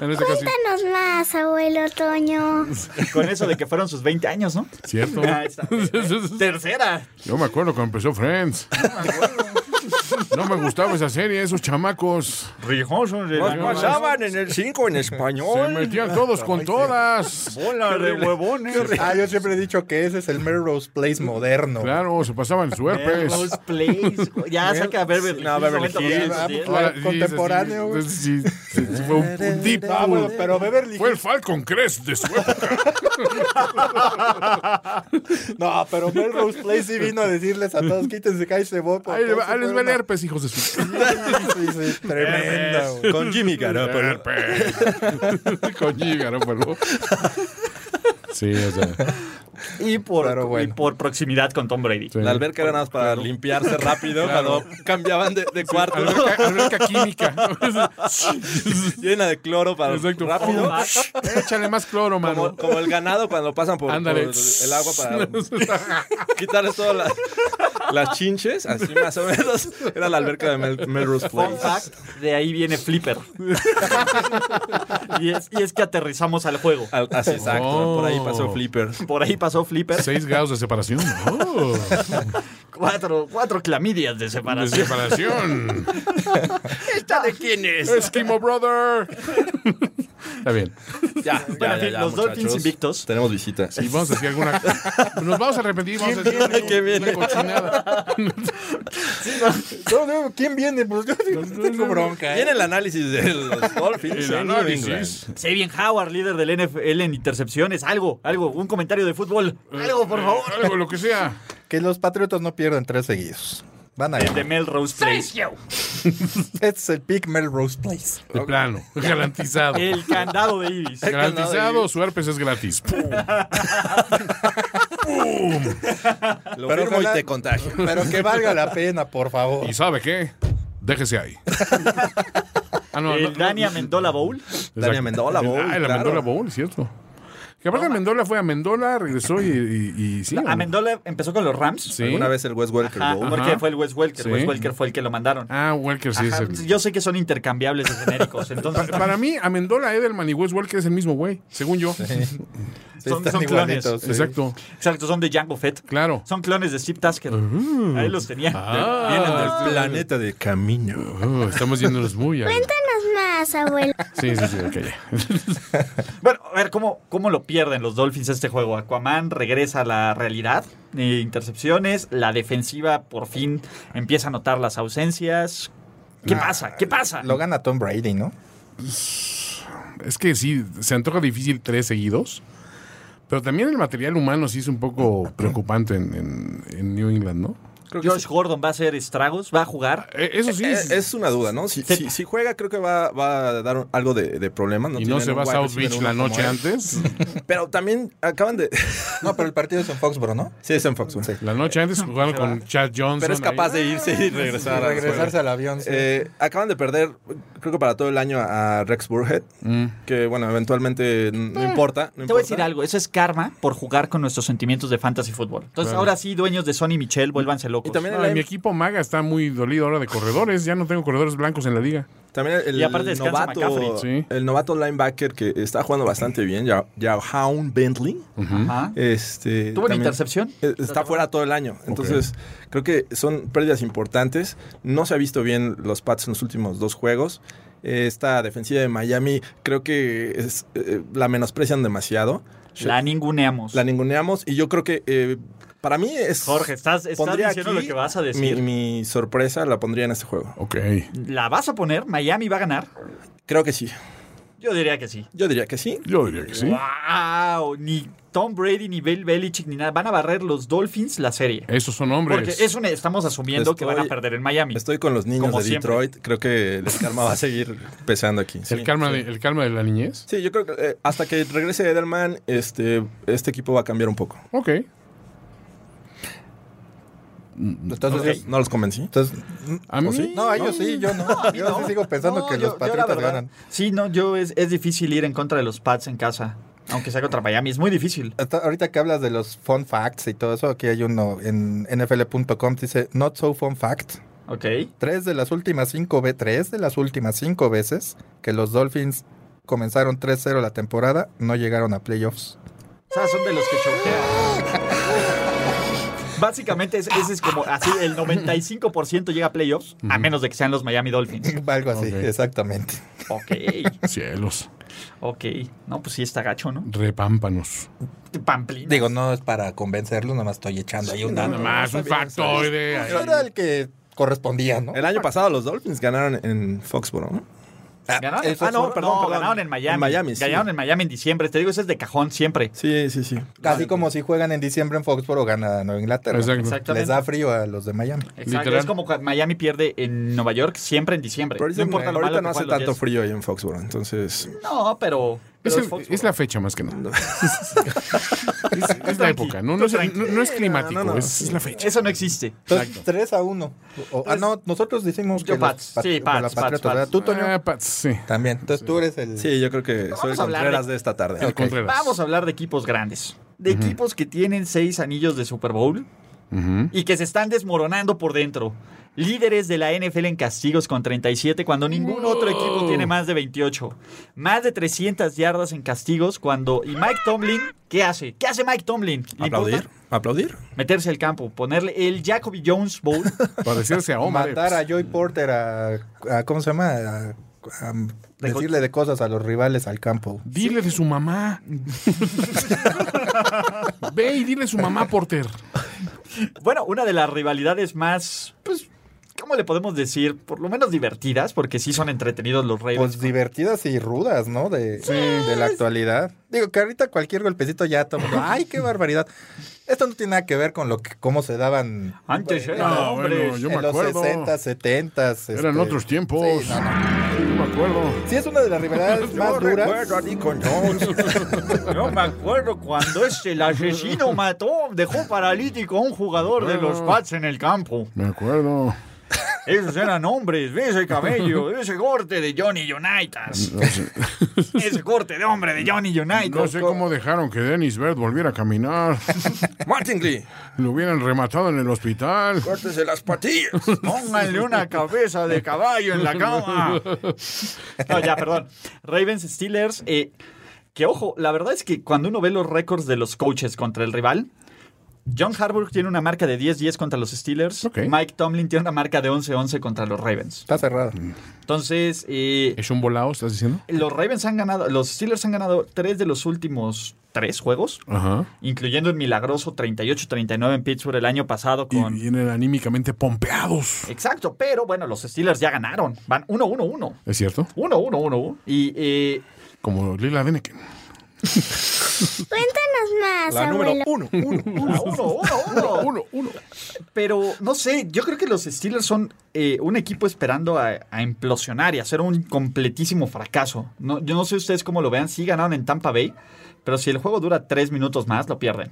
En este caso, sí. Cuéntanos más, abuelo Toño. Con eso de que fueron sus 20 años, ¿no? cierto. Ah, está. Tercera. Yo me acuerdo cuando empezó Friends. No me gustaba esa serie, esos chamacos. Rijosos de Nos pasaban en el 5 en Se español. metían todos con todas. Bola de huevones. Ah, yo siempre he dicho que ese es el Melrose Place moderno. Claro, se pasaban suerpes. Melrose Place. güey. Ya saca a este Beverly No, Beverly Hills, Hills. noventa por ciento. Ahora, contemporáneo, güey. Sí, sí, sí, sí, fue un, un deep. Ah, bueno, pero Beverly Fue el Falcon Crest de su época. No, pero Melrose Place sí vino a decirles a todos, quítense, cállese vos. Ahí, le va- ahí les va el herpes, hijos de su. Sí, sí, sí, tremenda, Eh, güey. Con Jimmy Ah, Garoppolo. Herpes. Con G, Garópolo. Sí, o sea. Y por, Pero bueno. y por proximidad con Tom Brady. sí. La alberca era nada más para limpiarse rápido cuando cambiaban de, de cuarto. Alberca, alberca química. Llena de cloro para Exacto. rápido. Oh, Échale más cloro, mano. Como, como el ganado cuando pasan por, por Ándale. el agua para quitarles todas las, las chinches. Así más o menos era la alberca de Mel- Melrose Fun Place. fact, de ahí viene Flipper. y, es, y es que aterrizamos al juego. Al- así exacto. Oh. Por ahí pasó Flipper. Por ahí pasó Flipper Seis grados de separación. Oh. Cuatro, cuatro clamidias de De separación. separación. ¿Esta de quién es? Eskimo Brother. Está bien. Ya, ya, Bueno, en ya, fin, ya, los Dolphins muchachos. invictos. Tenemos visitas. Y vamos a decir alguna. Nos vamos a arrepentir. Vamos a decir una, Qué bien. cochinada. No, no, ¿Quién viene? Pues yo digo, tengo bronca. ¿eh? Viene el análisis de los Dolphins. El en New England. análisis. Sabian Howard, líder del NFL en intercepciones. Algo, algo, un comentario de fútbol. Algo, por favor. Algo, lo que sea. Que los Patriotas no pierden tres seguidos. Van a De ganar. Melrose Place. Este es el pick Melrose Place. De plano. Garantizado. El candado de Ibis. Garantizado, su herpes es gratis. Lo Pero firmo y ojalá- te contagio. Pero que valga la pena, por favor. ¿Y sabe qué? Déjese ahí. Ah, no, no, El no. Dania Mendola Bowl. Dania Mendola Bowl, Ah, el claro. Amendola Bowl, cierto. Que aparte Amendola fue a Amendola, regresó y, y, y sí. ¿no? A Mendola empezó con los Rams. Sí. Una vez el West Welker Ajá, Bowl. porque fue el Wes Welker. Sí. Wes Welker fue el que lo mandaron. Ah, Welker sí Ajá, pues es el. Yo sé que son intercambiables de genéricos, entonces Para mí, Amendola, Edelman y Wes Welker es el mismo güey, según yo. Sí, son- están son clones. igualitos, sí. Exacto, exacto, son de Django Fett. claro. Son clones de Steve Tasker. Ahí los tenía. Ah. El planeta de camino. Oh, estamos yéndonos muy a... Cuéntanos más, abuelo. Sí, sí, sí, ok. ya. Bueno, a ver, ¿cómo, ¿cómo lo pierden los Dolphins este juego? Aquaman regresa a la realidad, eh, intercepciones, la defensiva por fin empieza a notar las ausencias. ¿Qué Ah, Nah, pasa? ¿Qué pasa? Lo gana Tom Brady, ¿no? Es que sí, se antoja difícil tres seguidos. Pero también el material humano sí es un poco preocupante en, en- en New England, ¿no? Josh Gordon va a hacer estragos, va a jugar. Eh, Eso sí. Es, es una duda, ¿no? Si, si- si juega, creo que va, va a dar un- algo de, de problemas. y no tienen se un va a wide South receiver Beach uno la como noche él. antes. Pero también acaban de. No, pero el partido es en Foxboro, ¿no? sí, es en Fox. güey. La noche antes jugaron con Chad Johnson. Pero es capaz ahí. de irse y regresar. a- Regresarse al avión. sí. Eh, acaban de perder, creo que para todo el año, a Rex Burhead. Mm. Que bueno, eventualmente n- no importa. no Eh, Te voy a importa. decir algo, eso es karma por jugar con nuestros sentimientos de fantasy fútbol. Entonces, ahora sí, dueños de Sony Michel, vuélvanse locos. Y también, No, el- y mi equipo maga está muy dolido ahora de corredores. Ya no tengo corredores blancos en la liga. también el, Y aparte descansa novato, McCaffrey. Sí. el novato linebacker que está jugando bastante bien, Ya- Jahan Bentley. Mm. Ajá. Este, Tuvo una también- intercepción. Eh, Está fuera todo el año. Entonces, creo que son pérdidas importantes. No se ha visto bien los Pats en los últimos dos juegos. Eh, Esta defensiva de Miami creo que es, eh, la menosprecian demasiado. La ninguneamos. La ninguneamos y yo creo que eh, para mí es... Jorge, estás, estás pondría diciendo aquí lo que vas a decir. Mi, mi sorpresa la pondría en este juego. Ok. ¿La vas a poner? ¿Miami va a ganar? Creo que sí. Yo diría que sí. Yo diría que sí. Yo diría que sí. ¡Wow! Ni Tom Brady, ni Bill Belichick, ni nada. Van a barrer los Dolphins la serie. Esos son hombres. Porque es una- estamos asumiendo que van a Estoy- perder en Miami. Estoy con los niños Como de siempre. Detroit. Creo que el karma va a seguir pesando aquí. el, Sí, karma sí. de, el karma de la niñez. Sí, yo creo que eh, hasta que regrese Edelman, este, este equipo va a cambiar un poco. Ok. Entonces, No los convencí. entonces, A mí. sí? no, ellos sí, yo no. yo sí sigo pensando No, que yo- los yo la Patriotas verdad- ganan. Sí, no, yo es, es difícil ir en contra de los Pats en casa. Aunque sea contra Miami, es muy difícil. Hasta ahorita que hablas de los fun facts y todo eso, aquí hay uno en nfl.com, dice Not So Fun Fact. Ok. Tres de las últimas cinco veces, tres de las últimas cinco veces que los Dolphins comenzaron 3-0 la temporada, no llegaron a playoffs. O sea, son de los que choquean. Básicamente, es- ese es como así: el 95% llega a playoffs, a menos de que sean los Miami Dolphins. Algo así, Ok. exactamente. Ok, Cielos. ok. No, pues sí está gacho, ¿no? Repámpanos. Pamplina. Digo, no es para convencerlos, nada más estoy echando ahí un Nada Ah, dato. más, un factoide. ahí. Era el que correspondía, ¿no? El año pasado los Dolphins ganaron en Foxboro, ¿no? ¿Ganaron? Ah, el no, Foxboro, perdón, perdón. ganaron en Miami. En Miami, sí. Ganaron en Miami en diciembre. Te digo, ese es de cajón siempre. Sí, sí, sí. Casi como si juegan en diciembre en Foxboro gana Nueva Inglaterra. Exacto. Les Exactamente. da frío a los de Miami. Exacto. Literal. Es como cuando Miami pierde en Nueva York siempre en diciembre. Pero ahorita no importa lo ahorita malo no que hace jueguen los tanto Jets. frío ahí en Foxboro, entonces... No, pero. pero Es, el- es Foxboro. es la fecha más que nada. es, es la época. No, no, es, no- no es climático, no, no. Es, es la fecha. Eso no existe. Entonces, 3 a 1. O- ah, no, nosotros decimos que Yo, los Pats. pat- Sí, los Pats, patriotas, Pats, ¿verdad? Tú, Toño, Ah, Pats, sí. también. Entonces tú eres el... Sí, yo creo que soy el a hablar Contreras de- de esta tarde. El Contreras. Vamos a hablar de equipos grandes. De equipos que tienen seis anillos de Super Bowl Ujú. y que se están desmoronando por dentro. líderes de la NFL en castigos con 37 cuando ningún otro equipo tiene más de 28. Más de 300 yardas en castigos cuando... ¿Y Mike Tomlin qué hace? ¿Qué hace Mike Tomlin? ¿Le importa? Aplaudir, aplaudir. Meterse al campo, ponerle el Jacoby Jones Bowl. Parecerse a Omar. eh, Matar a pues. mm. Joy Porter a, a- ¿Cómo se llama? A- a decirle de cosas a los rivales al campo. Dile de su mamá. Ve y dile a su mamá, Porter. Bueno, una de las rivalidades más, pues, ¿cómo le podemos decir? Por lo menos divertidas, porque sí son entretenidos los Ravens. Pues divertidas y rudas, ¿no? De, de la actualidad. Digo que ahorita cualquier golpecito ya toma. ¡Ay, qué barbaridad! Esto no tiene nada que ver con lo que, cómo se daban Antes eran Ah, hombres. bueno, yo me en los acuerdo. 60, 70. s Eran otros tiempos. Sí, no, Yo me acuerdo. Sí, es una de las rivalidades más duras. Yo me acuerdo cuando este, el asesino mató, dejó paralítico a un jugador de los Pats en el campo. Me acuerdo. Esos eran hombres, ve ese cabello, ese corte de Johnny Unitas. Ese corte de hombre de Johnny No Unitas. sé cómo dejaron que Dennis Bird volviera a caminar. Martin Lee, Lo hubieran rematado en el hospital. córtese las patillas. Pónganle una cabeza de caballo en la cama. No, ya, perdón. Ravens Steelers. eh, que ojo, la verdad es que cuando uno ve los récords de los coaches contra el rival. John Harbaugh tiene una marca de 10-10 contra los Steelers. Ok. Mike Tomlin tiene una marca de 11-11 contra los Ravens. Está cerrado. Entonces, eh, ¿Es un volado, estás diciendo? los Ravens han ganado, los Steelers han ganado tres de los últimos tres juegos, Ajá. incluyendo el milagroso 38-39 en Pittsburgh el año pasado Y con vienen anímicamente pompeados. Exacto, pero bueno, los Steelers ya ganaron. Van 1-1-1. ¿Es cierto? 1-1-1-1. Y eh, Como Lila Deneken. Cuéntanos más, La número abuelo. uno, uno, uno. ah, 1-1-1. Uno, uno. Pero no sé, yo creo que los Steelers son eh, un equipo esperando a, a implosionar y hacer un completísimo fracaso. No, yo no sé ustedes cómo lo vean. Sí ganaron en Tampa Bay, pero si el juego dura tres minutos más, lo pierden.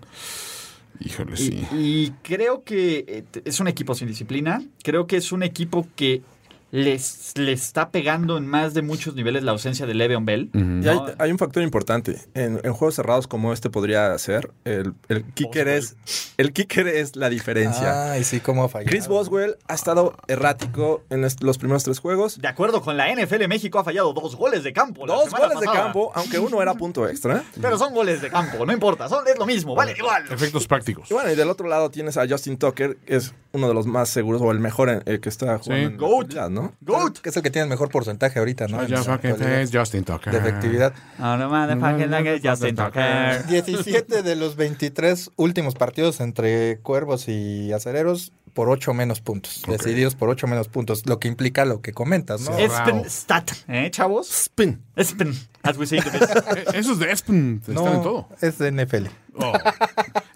Híjole, Y- sí. Y, creo que eh, t- es un equipo sin disciplina. Creo que es un equipo que les, le está pegando en más de muchos niveles la ausencia de Le'Veon Bell. Y hay, hay un factor importante. En, en juegos cerrados como este podría ser, el, el kicker es el kicker es la diferencia. Ay, sí, cómo falló. Chris Boswell ha estado errático en est- los primeros tres juegos. De acuerdo con la NFL, México ha fallado dos goles de campo. la Dos semana goles de pasada. campo, aunque uno era punto extra. Pero son goles de campo, no importa, son, es lo mismo, vale igual. Efectos prácticos. Y bueno, y del otro lado tienes a Justin Tucker, que es uno de los más seguros o el mejor en- el que está jugando. en la Goat. actualidad, ¿no? Goat. Que es el que tiene el mejor porcentaje ahorita, ¿no? Ah, En ya la fucking actualidad. face, Justin Tucker. De efectividad. Ahora, motherfucking, like Justin Tucker. 17 de los 23 últimos partidos entre Cuervos y Acereros por 8 menos puntos. Decididos por 8 menos puntos, lo que implica lo que comentas, ¿no? Sí. Espen stat, ¿eh, chavos? Spin. Espen, as we say in the biz. Eh, Esos de Espen están No, en todo. es de NFL. Oh.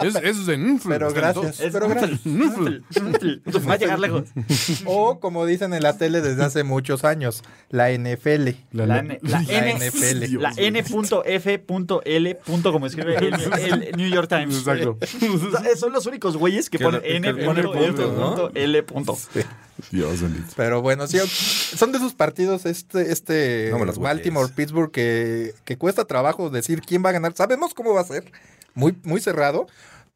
Es- Esos de Nufl Pero están en todo. gracias. Es Pero gracias. Nufl, Nufl, Nufl. Va a llegar lejos. O como dicen en la tele desde hace muchos años, la NFL. La, N- la La N- NFL. Dios La N.F.L. punto como escribe el, el New York Times. Exacto. Eh, Son los únicos güeyes que Que ponen le- que le ponen puntos, ¿no? N.F.L. punto. Dios bendito. Pero bueno, sí, son de esos partidos este, este No me los Baltimore hueles. Pittsburgh que, que cuesta trabajo decir quién va a ganar. Sabemos cómo va a ser, muy, muy cerrado,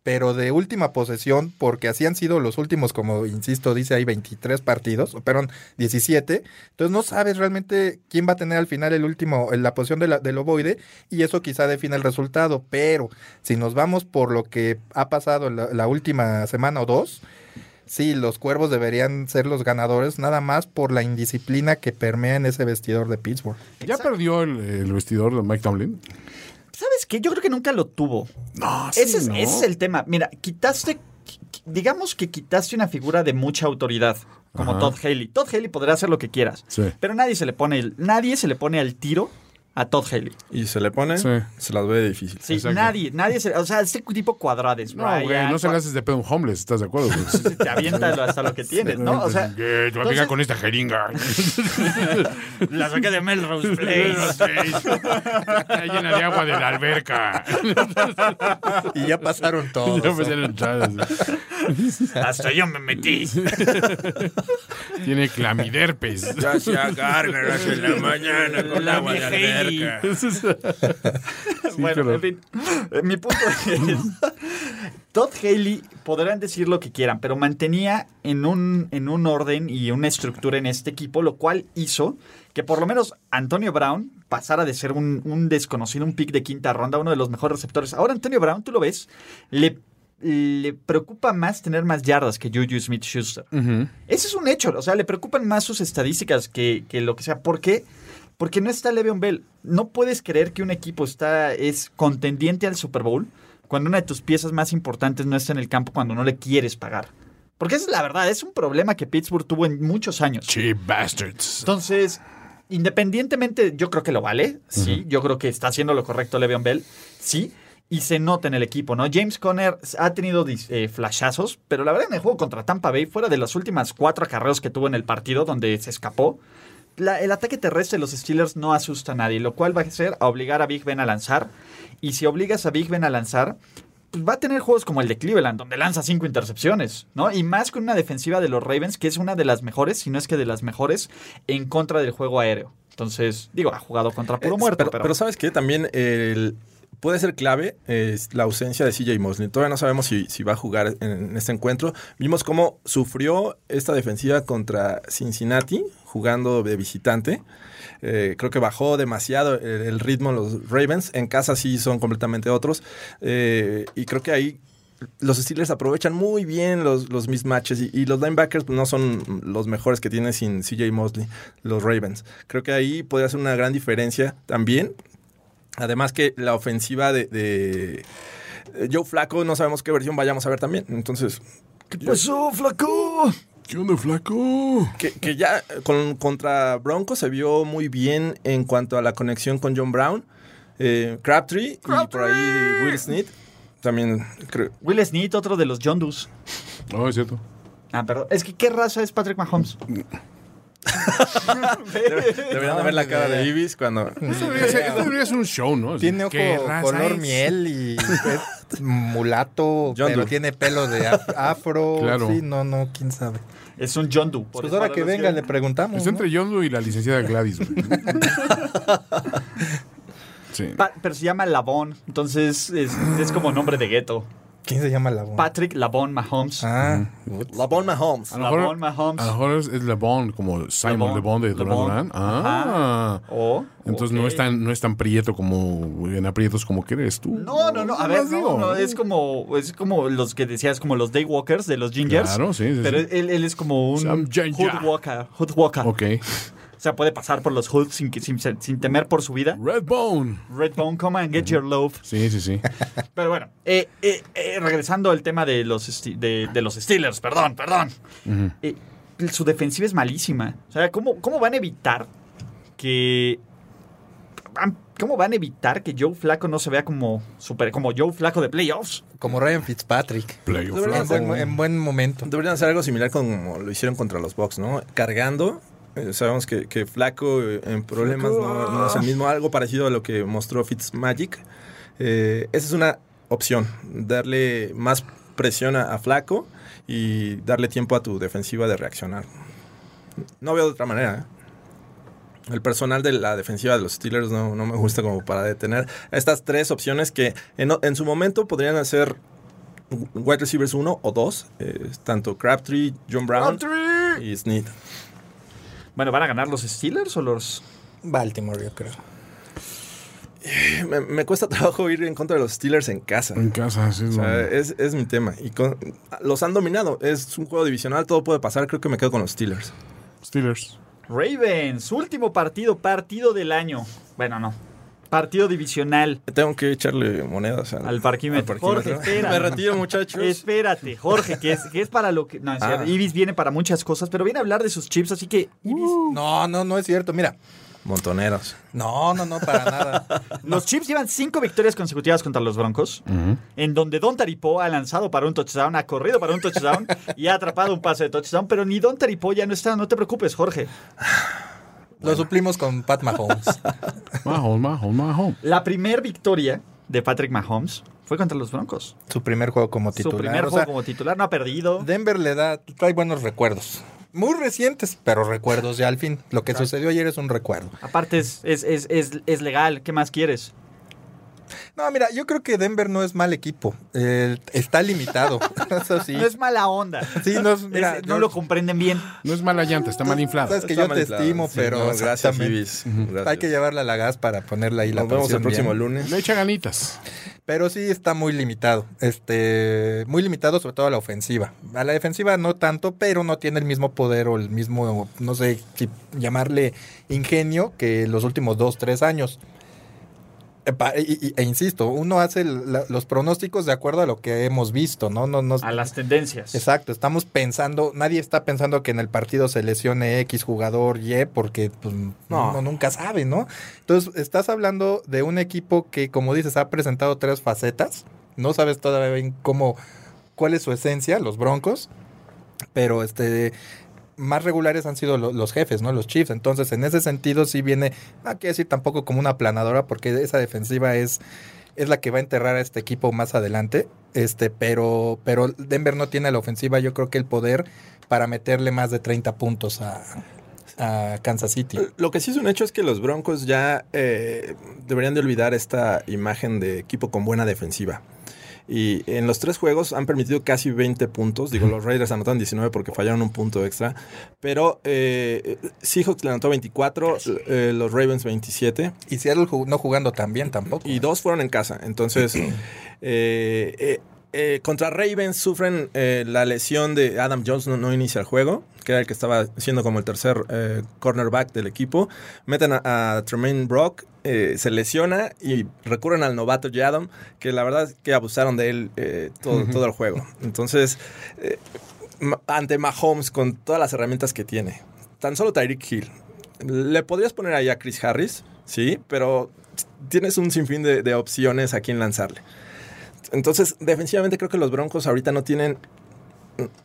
pero de última posesión, porque así han sido los últimos, como insisto, dice ahí 23 partidos, o, perdón, 17. Entonces no sabes realmente quién va a tener al final el último, la posición de la- del ovoide, y eso quizá define el resultado. Pero si nos vamos por lo que ha pasado la, la última semana o dos, sí, los cuervos deberían ser los ganadores, nada más por la indisciplina que permea en ese vestidor de Pittsburgh. ¿Ya perdió el, el vestidor de Mike Tomlin? ¿Sabes qué? Yo creo que nunca lo tuvo. No, ese, es, ese es el tema. Mira, quitaste, qui- qui- digamos que quitaste una figura de mucha autoridad, como Ajá. Todd Haley. Todd Haley podrá hacer lo que quieras, Sí. pero nadie se le pone el, nadie se le pone al tiro a Todd Haley. Y se le pone, Sí. se las ve difícil. Sí, Exacto. nadie, nadie se, o sea, este tipo cuadrades, No, güey, no se le haces de pedo a un homeless, ¿estás de acuerdo? Pues, eh, se te avienta hasta lo que tienes, ¿no? O sea, ¿Qué? ¿Te va a entonces- pegar con esta jeringa? la saqué de Melrose Place. Está llena de agua de la alberca. Y ya pasaron todos. Ya empezaron a entrar, así. Hasta yo me metí. Tiene clamiderpes. Ya se agárgalas en la mañana con agua de alberca. Sí, bueno, pero- en fin. Eh, Mi punto es Todd Haley, podrán decir lo que quieran, pero mantenía en un, en un orden y una estructura en este equipo, lo cual hizo que por lo menos Antonio Brown pasara de ser un, un desconocido, un pick de quinta ronda, uno de los mejores receptores. Ahora Antonio Brown, tú lo ves, le, le preocupa más tener más yardas que Juju Smith-Schuster. Ese es un hecho, o sea, le preocupan más sus estadísticas que, que lo que sea. ¿Por qué? Porque no está Le'Veon Bell. No puedes creer que un equipo está, es contendiente al Super Bowl cuando una de tus piezas más importantes no está en el campo cuando no le quieres pagar. Porque esa es la verdad, es un problema que Pittsburgh tuvo en muchos años. Cheap bastards. Entonces, independientemente, yo creo que lo vale, sí, yo creo que está haciendo lo correcto Le'Veon Bell, sí, y se nota en el equipo, ¿no? James Conner ha tenido dis- eh, flashazos, pero la verdad en el juego contra Tampa Bay, fuera de las últimas cuatro acarreos que tuvo en el partido donde se escapó, la- el ataque terrestre de los Steelers no asusta a nadie, lo cual va a ser a obligar a Big Ben a lanzar, y si obligas a Big Ben a lanzar... pues va a tener juegos como el de Cleveland, donde lanza cinco intercepciones, ¿no? Y más con una defensiva de los Ravens, que es una de las mejores, si no es que de las mejores, en contra del juego aéreo. Entonces, digo, ha jugado contra puro Eh, muerto, pero, pero- pero ¿sabes qué? También el- puede ser clave eh, la ausencia de CJ Mosley. Todavía no sabemos si, si va a jugar en, en este encuentro. Vimos cómo sufrió esta defensiva contra Cincinnati jugando de visitante. Eh, creo que bajó demasiado el, el ritmo los Ravens. En casa sí son completamente otros. Eh, y creo que ahí los Steelers aprovechan muy bien los, los mismatches y, y los linebackers no son los mejores que tiene sin CJ Mosley, los Ravens. Creo que ahí podría ser una gran diferencia también. Además que la ofensiva de, de Joe Flaco no sabemos qué versión vayamos a ver también. Entonces, Pues, oh, flaco! ¿Qué onda, flaco? que, que ya con, contra Broncos se vio muy bien en cuanto a la conexión con John Brown, eh, Crabtree, y por ahí Will Smith. También creo. Will Snead, otro de los John Doos. No, es cierto. Ah, perdón. Es que, ¿qué raza es Patrick Mahomes? Deberían de ver la cara de Ibis cuando. Esto debería ser, esto debería ser un show, ¿no? Tiene ojo ¿Qué raza color es? miel y es mulato, John pero Doe. tiene pelo de af- afro. Claro. Sí, no, no, quién sabe. es un John Doe. Pues ahora que venga le preguntamos. Está ¿no? entre John Doe y la licenciada Gladys. güey. sí. Pa- pero se llama Lavon, entonces es, es como nombre de gueto. ¿Quién se llama la voz? Patrick Lavon Mahomes. Ah, Lavon Mahomes. A lo mejor- Lavon Mahomes. A lo mejor es, es LeBron, como Simon LeBron Lebon, de Duran Lebon. Duran. Ah. O- Entonces ok. no, es tan, no es tan prieto como en aprietos como que eres tú. No, no, no. A ver, Más no, digo. no, es como, es como los que decías, como los Daywalkers de los Gingers. Claro, sí, sí, Pero sí. él, él es como un Sam Ginger. Hood Walker. Hood Walker. Ok. O sea, puede pasar por los Hoods sin, que- sin, sin temer por su vida. Redbone. Redbone, come and get your love. Sí, sí, sí. Pero bueno, eh, eh, eh, regresando al tema de los, Sti- de, de los Steelers, perdón, perdón. Eh, su defensiva es malísima. O sea, ¿cómo, cómo van a evitar que... van- ¿Cómo van a evitar que Joe Flaco no se vea como, super, como Joe Flaco de playoffs? como Ryan Fitzpatrick. Playoff. En buen, Flaco. en buen momento. Deberían hacer algo similar como lo hicieron contra los Bucks, ¿no? Cargando. eh, Sabemos que, que Flaco eh, en problemas no, no es el mismo, algo parecido a lo que mostró Fitzmagic. Eh, esa es una opción, darle más presión a, a Flaco y darle tiempo a tu defensiva de reaccionar. No veo de otra manera. ¿eh? El personal de la defensiva de los Steelers no, no me gusta como para detener estas tres opciones que en, en su momento podrían ser wide receivers 1 o 2, tanto Crabtree, John Brown y Snead. Bueno, ¿van a ganar los Steelers o los...? Baltimore, yo creo. Me, me cuesta trabajo ir en contra de los Steelers en casa. En casa, sí. O es sea, eh, lo- es, es mi tema. Y con- los han dominado. Es un juego divisional, todo puede pasar. Creo que me quedo con los Steelers. Steelers. Ravens, último partido, partido del año. Bueno, no. Partido divisional Tengo que echarle monedas al, al parquímetro. al parquímetro. Jorge, espera. Me retiro, muchachos. Espérate, Jorge, que es, que es para lo que. No, es Ah. cierto, Ibis viene para muchas cosas, pero viene a hablar de sus chips, así que. Ibis, No, no, no es cierto. Mira. Montoneros. No, no, no, para nada. los chips llevan cinco victorias consecutivas contra los Broncos, en donde Don Taripo ha lanzado para un touchdown, ha corrido para un touchdown y ha atrapado un pase de touchdown, pero ni Don Taripo ya no está. No te preocupes, Jorge. Lo suplimos con Pat Mahomes. Mahomes, Mahomes, Mahomes. La primer victoria de Patrick Mahomes fue contra los Broncos. Su primer juego como titular. Su primer o juego sea, como titular no ha perdido. Denver le da, trae buenos recuerdos. Muy recientes, pero recuerdos ya al fin. Lo que sucedió ayer es un recuerdo. Aparte es, es, es, es, es legal, ¿qué más quieres? No, mira, yo creo que Denver no es mal equipo. Eh, está limitado. Eso sí. No es mala onda. Sí, no es- mira, Es- no yo- lo comprenden bien. No es mala llanta, está mal inflada. Sabes que Está yo mal te inflado. estimo, Sí, pero no, gracias, exactamente. Ibis. Hay que llevarla a la gas para ponerla ahí la Nos vemos presión el próximo bien. lunes. Le echa ganitas. Pero sí está muy limitado. Este, muy limitado sobre todo a la ofensiva. A la defensiva no tanto, pero no tiene el mismo poder o el mismo, no sé si llamarle ingenio que los últimos dos, tres años. Eh, pa- y- y- E, insisto, uno hace el- la- los pronósticos de acuerdo a lo que hemos visto, ¿no? no, no A las tendencias. Exacto, estamos pensando, nadie está pensando que en el partido se lesione X jugador Y porque pues, uno nunca sabe, ¿no? Entonces, estás hablando de un equipo que, como dices, ha presentado tres facetas, no sabes todavía bien cómo, cuál es su esencia, los Broncos, pero este más regulares han sido lo- los jefes, ¿no? Los Chiefs. Entonces, en ese sentido sí viene, no quiero decir tampoco como una aplanadora porque esa defensiva es es la que va a enterrar a este equipo más adelante. Este, pero, pero Denver no tiene a la ofensiva, yo creo que el poder para meterle más de 30 puntos a, a Kansas City. Lo que sí es un hecho es que los Broncos ya eh, deberían de olvidar esta imagen de equipo con buena defensiva. Y en los tres juegos han permitido casi 20 puntos. Digo, los Raiders anotaron 19 porque fallaron un punto extra. Pero eh, Seahawks le anotó 24, eh, los Ravens 27. Y Seattle ju- no jugando tan bien tampoco. Y dos fueron en casa. Entonces, eh, eh, eh, contra Ravens sufren eh, la lesión de Adam Jones, no, no inicia el juego, que era el que estaba siendo como el tercer eh, cornerback del equipo. Meten a, a Tremaine Brock, eh, se lesiona y recurren al novato Yadam, que la verdad es que abusaron de él eh, todo, todo el juego. Entonces, eh, ma- ante Mahomes con todas las herramientas que tiene, tan solo Tyreek Hill. Le podrías poner ahí a Chris Harris, sí, pero tienes un sinfín de, de opciones a quién lanzarle. Entonces, defensivamente creo que los Broncos ahorita no tienen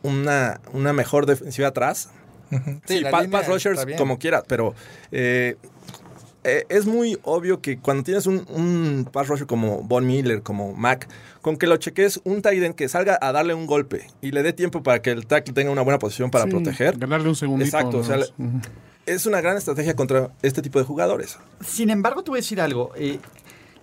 una, una mejor defensiva atrás. Sí, la pa- línea pass rushers está bien. como quiera, pero eh, eh, es muy obvio que cuando tienes un, un pass rusher como Von Miller, como Mac, con que lo cheques un tight end que salga a darle un golpe y le dé tiempo para que el tackle tenga una buena posición para Sí, proteger, Ganarle un segundito. Exacto, o sea, nomás. le- Ujú. es una gran estrategia contra este tipo de jugadores. Sin embargo, te voy a decir algo. eh,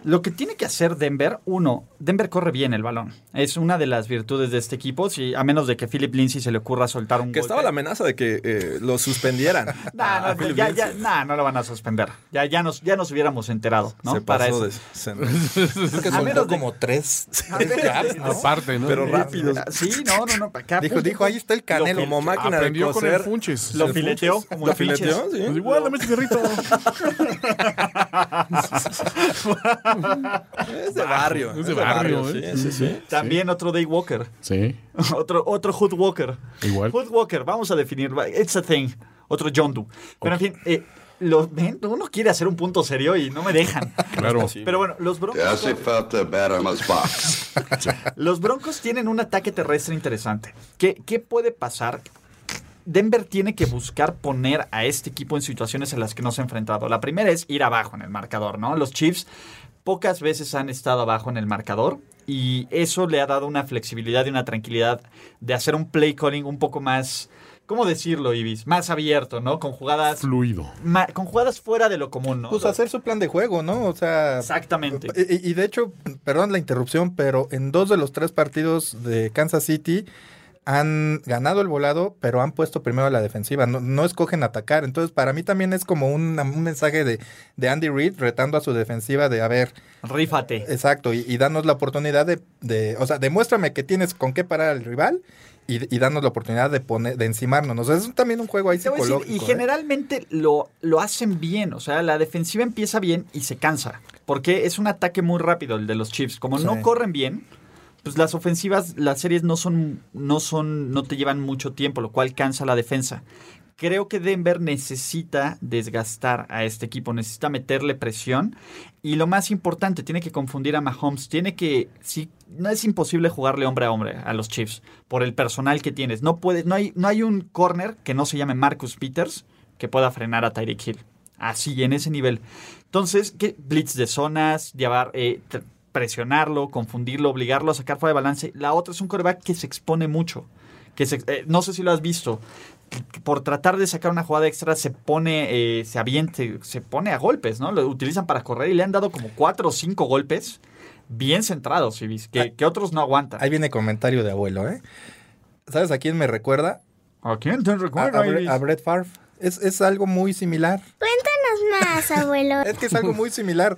lo que tiene que hacer Denver, uno, Denver corre bien el balón. Es una de las virtudes de este equipo, si, a menos de que Philip Lindsay se le ocurra soltar un golpe. Que estaba la amenaza de que eh, lo suspendieran. Nah, no, A Ah, Philip ya, Lindsay. ya- nah, no lo van a suspender. Ya, ya, nos, ya nos hubiéramos enterado, ¿no? Se Para pasó eso. Ah, de- se- Creo que A soltó menos de- como tres, tres jabs, ¿no? Aparte, ¿no? Pero rápido. Sí, no, no, no. para acá. Dijo, dijo, ahí está el canelo. Como máquina de Aprendió con el coser. funches. Lo ¿El fileteó Funches? como ¿Lo el Funches. fileteó? Sí. Pues igual, dame cigarrito. Ah, Es de barrio. Es de barrio, ¿eh? sí, sí, sí. También otro Day Walker. Sí, Otro, otro Hood Walker. Igual. Hood Walker, vamos a definir. va- It's a thing. Otro John Doe. Pero en fin, eh, los- ven, uno quiere hacer un punto serio y no me dejan. claro. Pero bueno, los Te Broncos, hace falta Baramas Box. los broncos tienen un ataque terrestre interesante. ¿Qué, ¿Qué puede pasar? Denver tiene que buscar poner a este equipo en situaciones en las que no se ha enfrentado. La primera es ir abajo en el marcador, ¿no? Los Chiefs pocas veces han estado abajo en el marcador y eso le ha dado una flexibilidad y una tranquilidad de hacer un play calling un poco más, ¿cómo decirlo, Ibis? Más abierto, ¿no? Con jugadas, Fluido. ma- con jugadas fuera de lo común, ¿no? Pues Eh, hacer su plan de juego, ¿no? O sea, Exactamente. Y, y de hecho, perdón la interrupción, pero en dos de los tres partidos de Kansas City han ganado el volado, pero han puesto primero a la defensiva, no, no escogen atacar. Entonces, para mí también es como un, un mensaje de, de Andy Reid retando a su defensiva de, a ver, Rífate. exacto, y, y danos la oportunidad de, de- o sea, demuéstrame que tienes con qué parar al rival y, y danos la oportunidad de poner, de encimarnos. O sea, es también un juego ahí Te voy a decir, y psicológico. ¿eh? generalmente lo, lo hacen bien, o sea, la defensiva empieza bien y se cansa, porque es un ataque muy rápido el de los Chiefs. Como Sí. no corren bien, pues las ofensivas, las series no son, no son, no te llevan mucho tiempo, lo cual cansa la defensa. Creo que Denver necesita desgastar a este equipo, necesita meterle presión y lo más importante, tiene que confundir a Mahomes, tiene que, sí, no es imposible jugarle hombre a hombre a los Chiefs por el personal que tienes. No puedes, no hay, no hay un corner que no se llame Marcus Peters que pueda frenar a Tyreek Hill. Así, en ese nivel. Entonces, ¿qué? blitz de zonas, llevar, eh, tr- presionarlo, confundirlo, obligarlo a sacar fuera de balance. La otra es un coreback que se expone mucho. Que se- eh, no sé si lo has visto. que- que Por tratar de sacar una jugada extra se pone, eh, se aviente, se pone a golpes, ¿no? Lo utilizan para correr y le han dado como cuatro o cinco golpes. bien centrados, Ibis, Ah, que, que otros no aguantan. Ahí viene comentario de abuelo, ¿eh? ¿Sabes a quién me recuerda? ¿A quién te A, recuerda, a Bre- Ibis? a Brett Favre. Es, es algo muy similar. Cuéntanos más, abuelo. Es que es algo muy similar.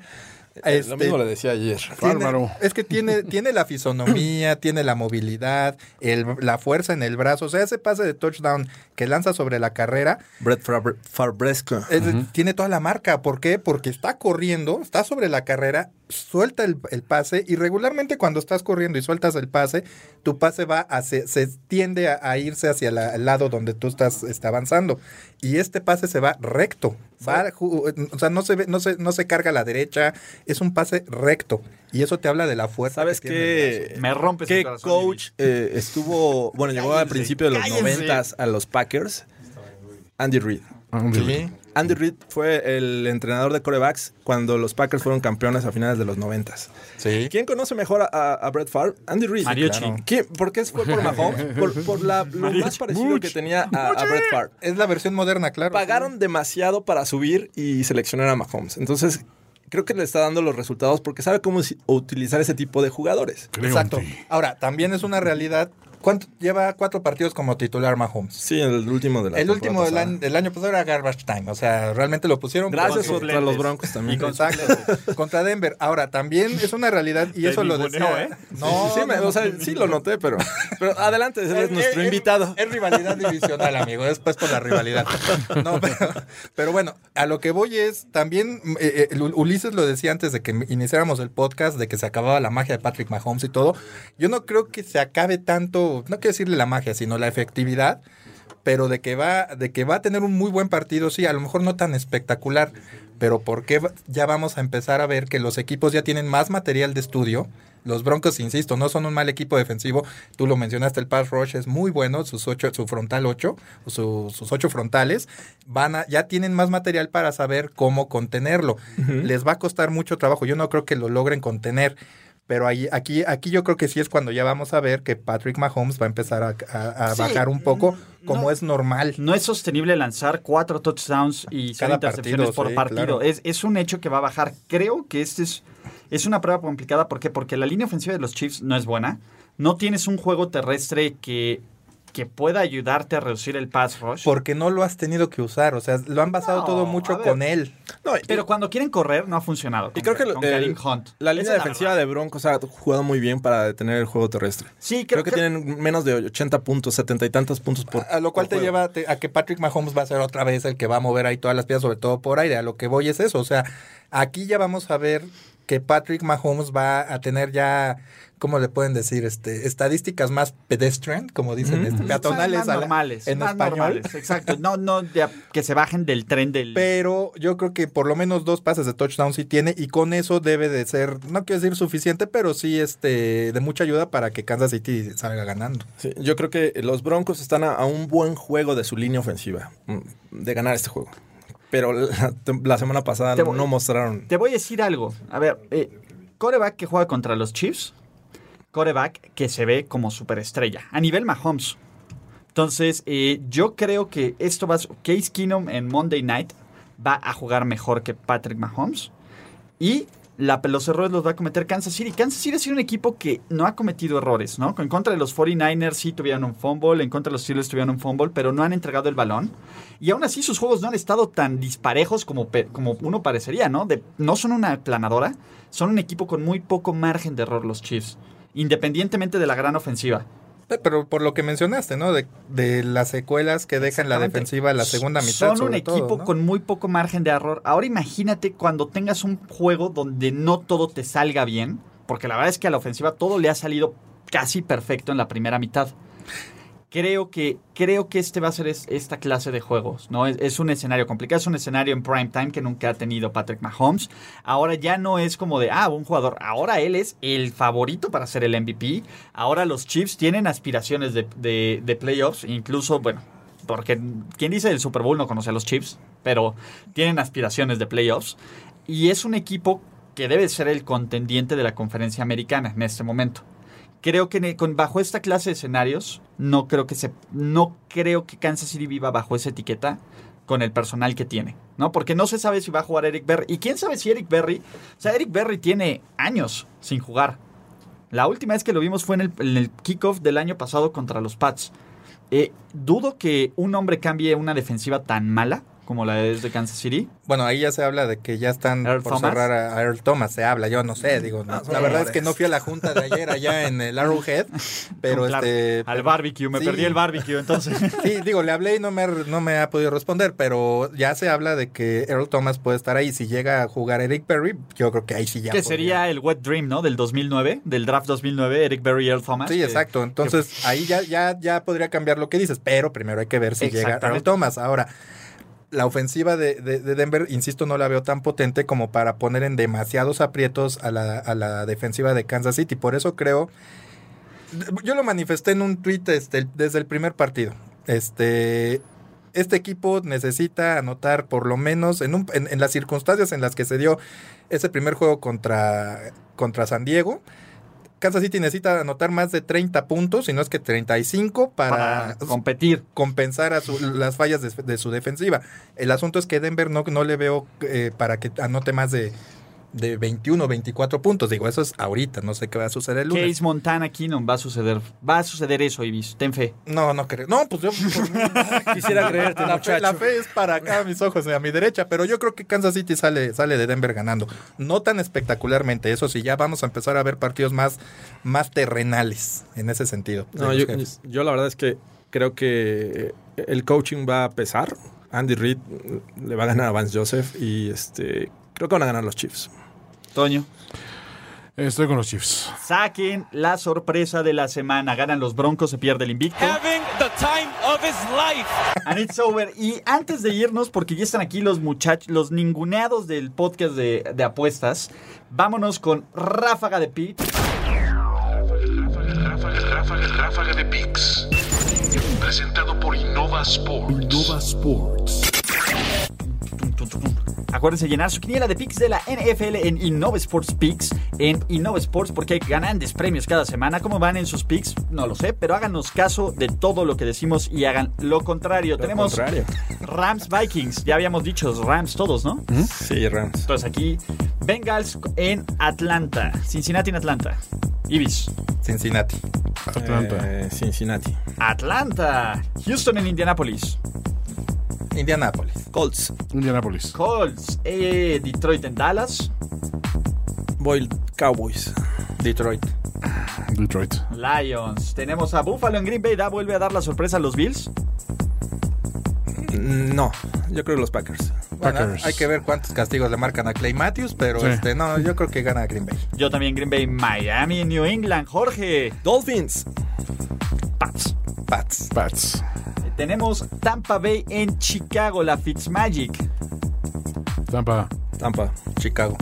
Este, Lo mismo le decía ayer. tiene- Bárbaro. es que tiene, tiene la fisonomía, tiene la movilidad, el- la fuerza en el brazo. O sea, ese pase de touchdown que lanza sobre la carrera, Brett Fabre- Fabresco. es- tiene toda la marca. ¿Por qué? Porque está corriendo, está sobre la carrera, suelta el, el pase y regularmente cuando estás corriendo y sueltas el pase, tu pase va hacia- se tiende a, a irse hacia la- el lado donde tú estás está avanzando. Y este pase se va recto. Va, ju- o sea, no se, ve- no, se, no se carga a la derecha, es un pase recto. Y eso te habla de la fuerza. ¿Sabes que tiene el brazo. qué? Me rompes el ¿Qué corazón, coach eh, estuvo. Bueno, llegó al Cállense, principio de los cállense. noventas a los Packers? Andy Reid. Sí. Andy Reid fue el entrenador de corebacks cuando los Packers fueron campeones a finales de los noventas. Sí. ¿Quién conoce mejor a- a, a Brett Favre? Andy Reid. Mariucci. ¿Quién? ¿Por qué fue por Mahomes? Por, por la, lo más parecido que tenía a, a Brett Favre. Es la versión moderna, claro. Pagaron demasiado para subir y seleccionar a Mahomes. Entonces, creo que le está dando los resultados porque sabe cómo si- utilizar ese tipo de jugadores. Creo Exacto. en ti. Ahora, también es una realidad. ¿Cuánto lleva cuatro partidos como titular Mahomes? Sí, el último de la El temporada último del pasada. año, del año pasado era Garbage Time. O sea, realmente lo pusieron. Gracias porque- contra los Broncos también. Y con- Exacto. Contra Denver. Ahora, también es una realidad y Te eso lo ninguneo, decía. ¿eh? No, sí, me- o sea, sí lo noté, pero, pero adelante, él es nuestro invitado. Es rivalidad divisional, amigo. Es puesto la rivalidad. No, pero, pero bueno, a lo que voy es también. eh, eh, Ulises lo decía antes de que iniciáramos el podcast, de que se acababa la magia de Patrick Mahomes y todo. Yo no creo que se acabe tanto, no quiero decirle la magia, sino la efectividad. Pero de que va, de que va a tener un muy buen partido, sí, a lo mejor no tan espectacular. Pero porque ya vamos a empezar a ver que los equipos ya tienen más material de estudio. Los Broncos, insisto, no son un mal equipo defensivo. Tú lo mencionaste, el pass rush es muy bueno, sus ocho, su frontal 8, sus ocho frontales, van a- ya tienen más material para saber cómo contenerlo. Les va a costar mucho trabajo. Yo no creo que lo logren contener. Pero ahí, aquí, aquí yo creo que sí es cuando ya vamos a ver que Patrick Mahomes va a empezar a, a- a Sí, bajar un poco, como Mm, no. es normal. No es sostenible lanzar cuatro touchdowns y cero Cada intercepciones partido, por sí, partido. claro. Es, es un hecho que va a bajar. Creo que este es, es una prueba complicada. ¿Por qué? Porque la línea ofensiva de los Chiefs no es buena. No tienes un juego terrestre que, que pueda ayudarte a reducir el pass rush. Porque no lo has tenido que usar. O sea, lo han basado No, todo a mucho ver. con él. No, y- Pero cuando quieren correr, no ha funcionado. y Con- creo que con el- Kareem Hunt. la Esa línea es defensiva verdad. de Broncos ha jugado muy bien para detener el juego terrestre. Sí, creo, Creo, que tienen menos de 80 puntos, 70 y tantos puntos por A lo cual por te juego. lleva a te- a que Patrick Mahomes va a ser otra vez el que va a mover ahí todas las piezas, sobre todo por aire. A lo que voy es eso. O sea, aquí ya vamos a ver que Patrick Mahomes va a tener ya, ¿cómo le pueden decir? este Estadísticas más pedestrian, como dicen, este, peatonales Mm. más a la- normales, en más español. normales, exacto. No, no, de- que se bajen del tren del... Pero yo creo que por lo menos dos pases de touchdown sí tiene y con eso debe de ser, no quiero decir suficiente, pero sí este de mucha ayuda para que Kansas City salga ganando. Sí, yo creo que los Broncos están a, a un buen juego de su línea ofensiva, mm, de ganar este juego. Pero la, tem- la semana pasada Te voy- no mostraron. Te voy a decir algo. A ver, eh, coreback que juega contra los Chiefs, coreback que se ve como superestrella, a nivel Mahomes. Entonces, eh, yo creo que esto va a... su- Case Keenum en Monday Night va a jugar mejor que Patrick Mahomes. Y la, los errores los va a cometer Kansas City. Kansas City ha sido un equipo que no ha cometido errores, ¿no? En contra de los 49ers sí tuvieron un fumble, en contra de los Steelers tuvieron un fumble, pero no han entregado el balón. Y aún así sus juegos no han estado tan disparejos como, pe- como uno parecería, ¿no? De- no son una aplanadora, son un equipo con muy poco margen de error los Chiefs, independientemente de la gran ofensiva. Eh, Pero por lo que mencionaste, ¿no? De, de las secuelas que dejan la Exactamente. defensiva la segunda mitad. Son un sobre todo, equipo ¿no? con muy poco margen de error. Ahora imagínate cuando tengas un juego donde no todo te salga bien, porque la verdad es que a la ofensiva todo le ha salido casi perfecto en la primera mitad. Creo que, creo que este va a ser es- esta clase de juegos, ¿no? Es, es un escenario complicado, es un escenario en prime time que nunca ha tenido Patrick Mahomes. Ahora ya no es como de, ah, un jugador, ahora él es el favorito para ser el MVP. Ahora los Chiefs tienen aspiraciones de, de- de playoffs, incluso, bueno, porque quien dice el Super Bowl no conoce a los Chiefs, pero tienen aspiraciones de playoffs. Y es un equipo que debe ser el contendiente de la conferencia americana en este momento. Creo que en el- con- bajo esta clase de escenarios, no creo que se, no creo que Kansas City viva bajo esa etiqueta. con el personal que tiene, ¿no? Porque no se sabe si va a jugar Eric Berry. Y quién sabe si Eric Berry. O sea, Eric Berry tiene años sin jugar. La última vez que lo vimos fue en el, en el kickoff del año pasado contra los Pats. Eh, dudo que un hombre cambie una defensiva tan mala como la es de Kansas City. Bueno, ahí ya se habla de que ya están Earl por Thomas. cerrar a a Earl Thomas. Se habla, yo no sé, digo. no, la verdad es que no fui a la junta de ayer allá en el Arrowhead, pero Claro, este. Al barbecue, me sí. perdí el barbecue, entonces. Sí, digo, le hablé y no me, ha- no me ha podido responder, pero ya se habla de que Earl Thomas puede estar ahí. Si llega a jugar Eric Perry, yo creo que ahí sí ya. que podría. sería el wet dream, ¿no? Del 2009, del draft 2009, Eric Berry y Earl Thomas. eh, Sí, que- pues exacto. Entonces ahí ya, ya, ya podría cambiar lo que dices, pero primero hay que ver si llega Earl Exactamente. Thomas. Ahora, la ofensiva de, de- de Denver, insisto, no la veo tan potente como para poner en demasiados aprietos a la, a la defensiva de Kansas City. Por eso creo. Yo lo manifesté en un tweet este, desde el primer partido. Este. Este equipo necesita anotar por lo menos en, un- en- en las circunstancias en las que se dio ese primer juego contra, contra San Diego. Kansas City necesita anotar más de 30 puntos, si no es que 35 para para, competir. compensar a su- las fallas de, de su defensiva. El asunto es que Denver no, no le veo eh, para que anote más de, de 21 o 24 puntos. Digo, eso es ahorita, no sé qué va a suceder el lunes. Case Montana Keenum va a suceder. Va a suceder eso, Ibis. Ten fe. No, no creo. No, pues yo por mí- Quisiera creerte, la, fe, muchacho. la fe es para acá, a mis ojos, a mi derecha, pero yo creo que Kansas City sale, sale de Denver ganando. No tan espectacularmente, eso sí, ya vamos a empezar a ver partidos más, más terrenales en ese sentido. No, De yo, los jefes. yo la verdad es que creo que el coaching va a pesar. Andy Reid le va a ganar a Vance Joseph y este creo que van a ganar los Chiefs. Toño. Estoy con los Chiefs. Saquen la sorpresa de la semana. Ganan los Broncos, se pierde el invicto. Having the time of his life. And it's over. Y antes de irnos, porque ya están aquí los muchachos, los ninguneados del podcast de, de apuestas, vámonos con Ráfaga de Pit. Ráfaga, ráfaga, ráfaga de Pix. Presentado por Innova Sports. Innova Sports. Acuérdense llenar su quiniela de picks de la NFL en Innova Sports Picks, en Innova Sports porque hay grandes premios cada semana. ¿Cómo van en sus picks? No lo sé, pero háganos caso de todo lo que decimos y hagan lo contrario. Tenemos contrario. Rams Vikings, ya habíamos dicho Rams todos, ¿no? Sí, Rams. Entonces aquí Bengals en Atlanta, Cincinnati en Atlanta. Ibis, Cincinnati. Atlanta. Eh, Cincinnati. Atlanta, Houston en Indianapolis, Indianapolis. Colts. Indianapolis. Colts, eh, Detroit en Dallas, Boyle Cowboys. Detroit. Detroit. Lions. Tenemos a Buffalo en Green Bay, da vuelve a dar la sorpresa a los Bills. Mm, No, yo creo que los Packers. Bueno, Packers. hay que ver cuántos castigos le marcan a Clay Matthews, pero Sí. este no, yo creo que gana Green Bay. Yo también Green Bay, Miami, New England, Jorge. Dolphins. Pats. Pats. Pats. Eh, Tenemos Tampa Bay en Chicago, la Fitzmagic. Tampa. Tampa. Chicago.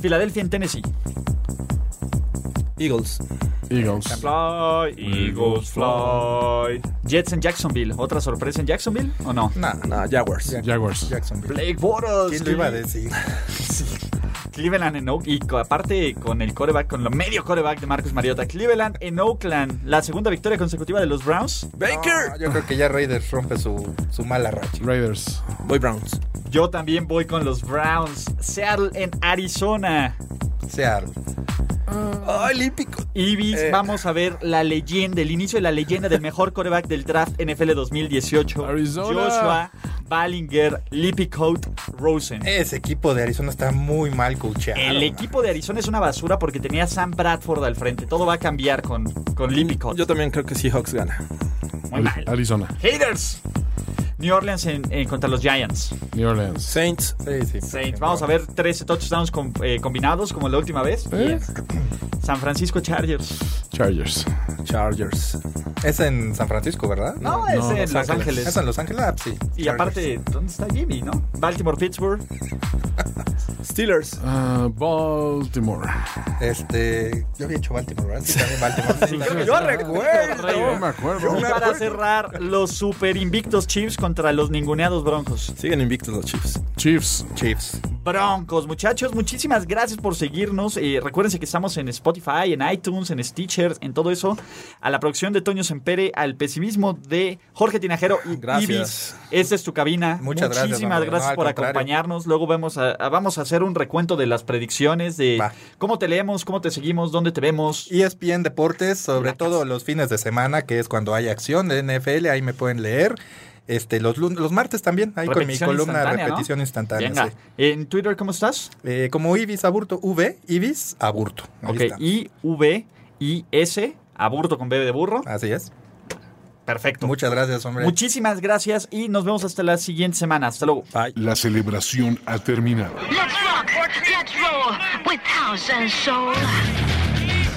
Filadelfia en Tennessee. Eagles. Eagles. Fly, Eagles, fly. Jets en Jacksonville. ¿Otra sorpresa en Jacksonville o no? No, Ah, No, Jaguars. Ya- Jaguars. Jacksonville. Blake Bortles. ¿Quién lo iba a decir? Cleveland en Oakland. Y co- aparte con el coreback, con lo medio coreback de Marcus Mariota. Cleveland en Oakland. La segunda victoria consecutiva de los Browns. Baker. No, yo creo que ya Raiders rompe su, su mala racha. Raiders. Boy Browns. Yo también voy con los Browns. Seattle en Arizona. Seattle. Ah. Olímpico. Ibis, Eh. vamos a ver la leyenda, el inicio de la leyenda del mejor coreback del draft NFL 2018. Arizona. Joshua Ballinger, Lippicoat, Rosen. Eh, Ese equipo de Arizona está muy mal coacheado. El man. equipo de Arizona es una basura porque tenía a Sam Bradford al frente. Todo va a cambiar con, con Lippicoat. Mm, Yo también creo que Seahawks gana. Muy mal. Arizona. Haters. New Orleans en- en contra los Giants. New Orleans. Saints. Sí, sí. Saints. Vamos a ver 13 touchdowns com- eh, combinados como la última vez. Eh. San Francisco Chargers. Chargers. Chargers. Es en San Francisco, ¿verdad? No, es en Los, Ángeles. Es en Los Ángeles. Ah, sí. Y Chargers. aparte, ¿dónde está Jimmy, no? Baltimore, Pittsburgh. Steelers. Ah, Baltimore. Este. Yo había hecho Baltimore, Ah, ¿verdad? Sí, también Baltimore. Sí, también. Yo recuerdo. No me acuerdo. Y para cerrar, los super invictos Chiefs contra los ninguneados Broncos. Siguen invictos los Chiefs. Chiefs. Chiefs. Broncos, muchachos, muchísimas gracias por seguirnos. Eh, recuérdense que estamos en Spotify, en iTunes, en Stitcher, en todo eso. A la producción de Toño Sempere, al pesimismo de Jorge Tinajero y Gracias. Ibis. Esta es tu cabina. Muchas gracias, Muchísimas Manuel. gracias, No, al por contrario. acompañarnos. Luego vamos a, a- vamos a hacer un recuento de las predicciones, de Va. cómo te leemos, cómo te seguimos, dónde te vemos. ESPN Deportes, sobre todo los fines de semana, que es cuando hay acción de NFL, ahí me pueden leer. Este, los, lun- los martes también, ahí con mi Repetición columna instantánea, ¿no? repetición instantánea. Venga. sí. En Twitter, ¿cómo estás? Eh, como Ibis Aburto, V, Ibis Aburto. Ahí ok, está. I, V, I, S, aburto con B de burro. Así es. Perfecto. Muchas gracias, hombre. Muchísimas gracias y nos vemos hasta la siguiente semana. Hasta luego. La celebración ha terminado. Let's rock, let's roll with house and soul.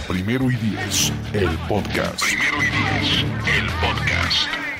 Primero y diez, el podcast. Primero y diez, el podcast.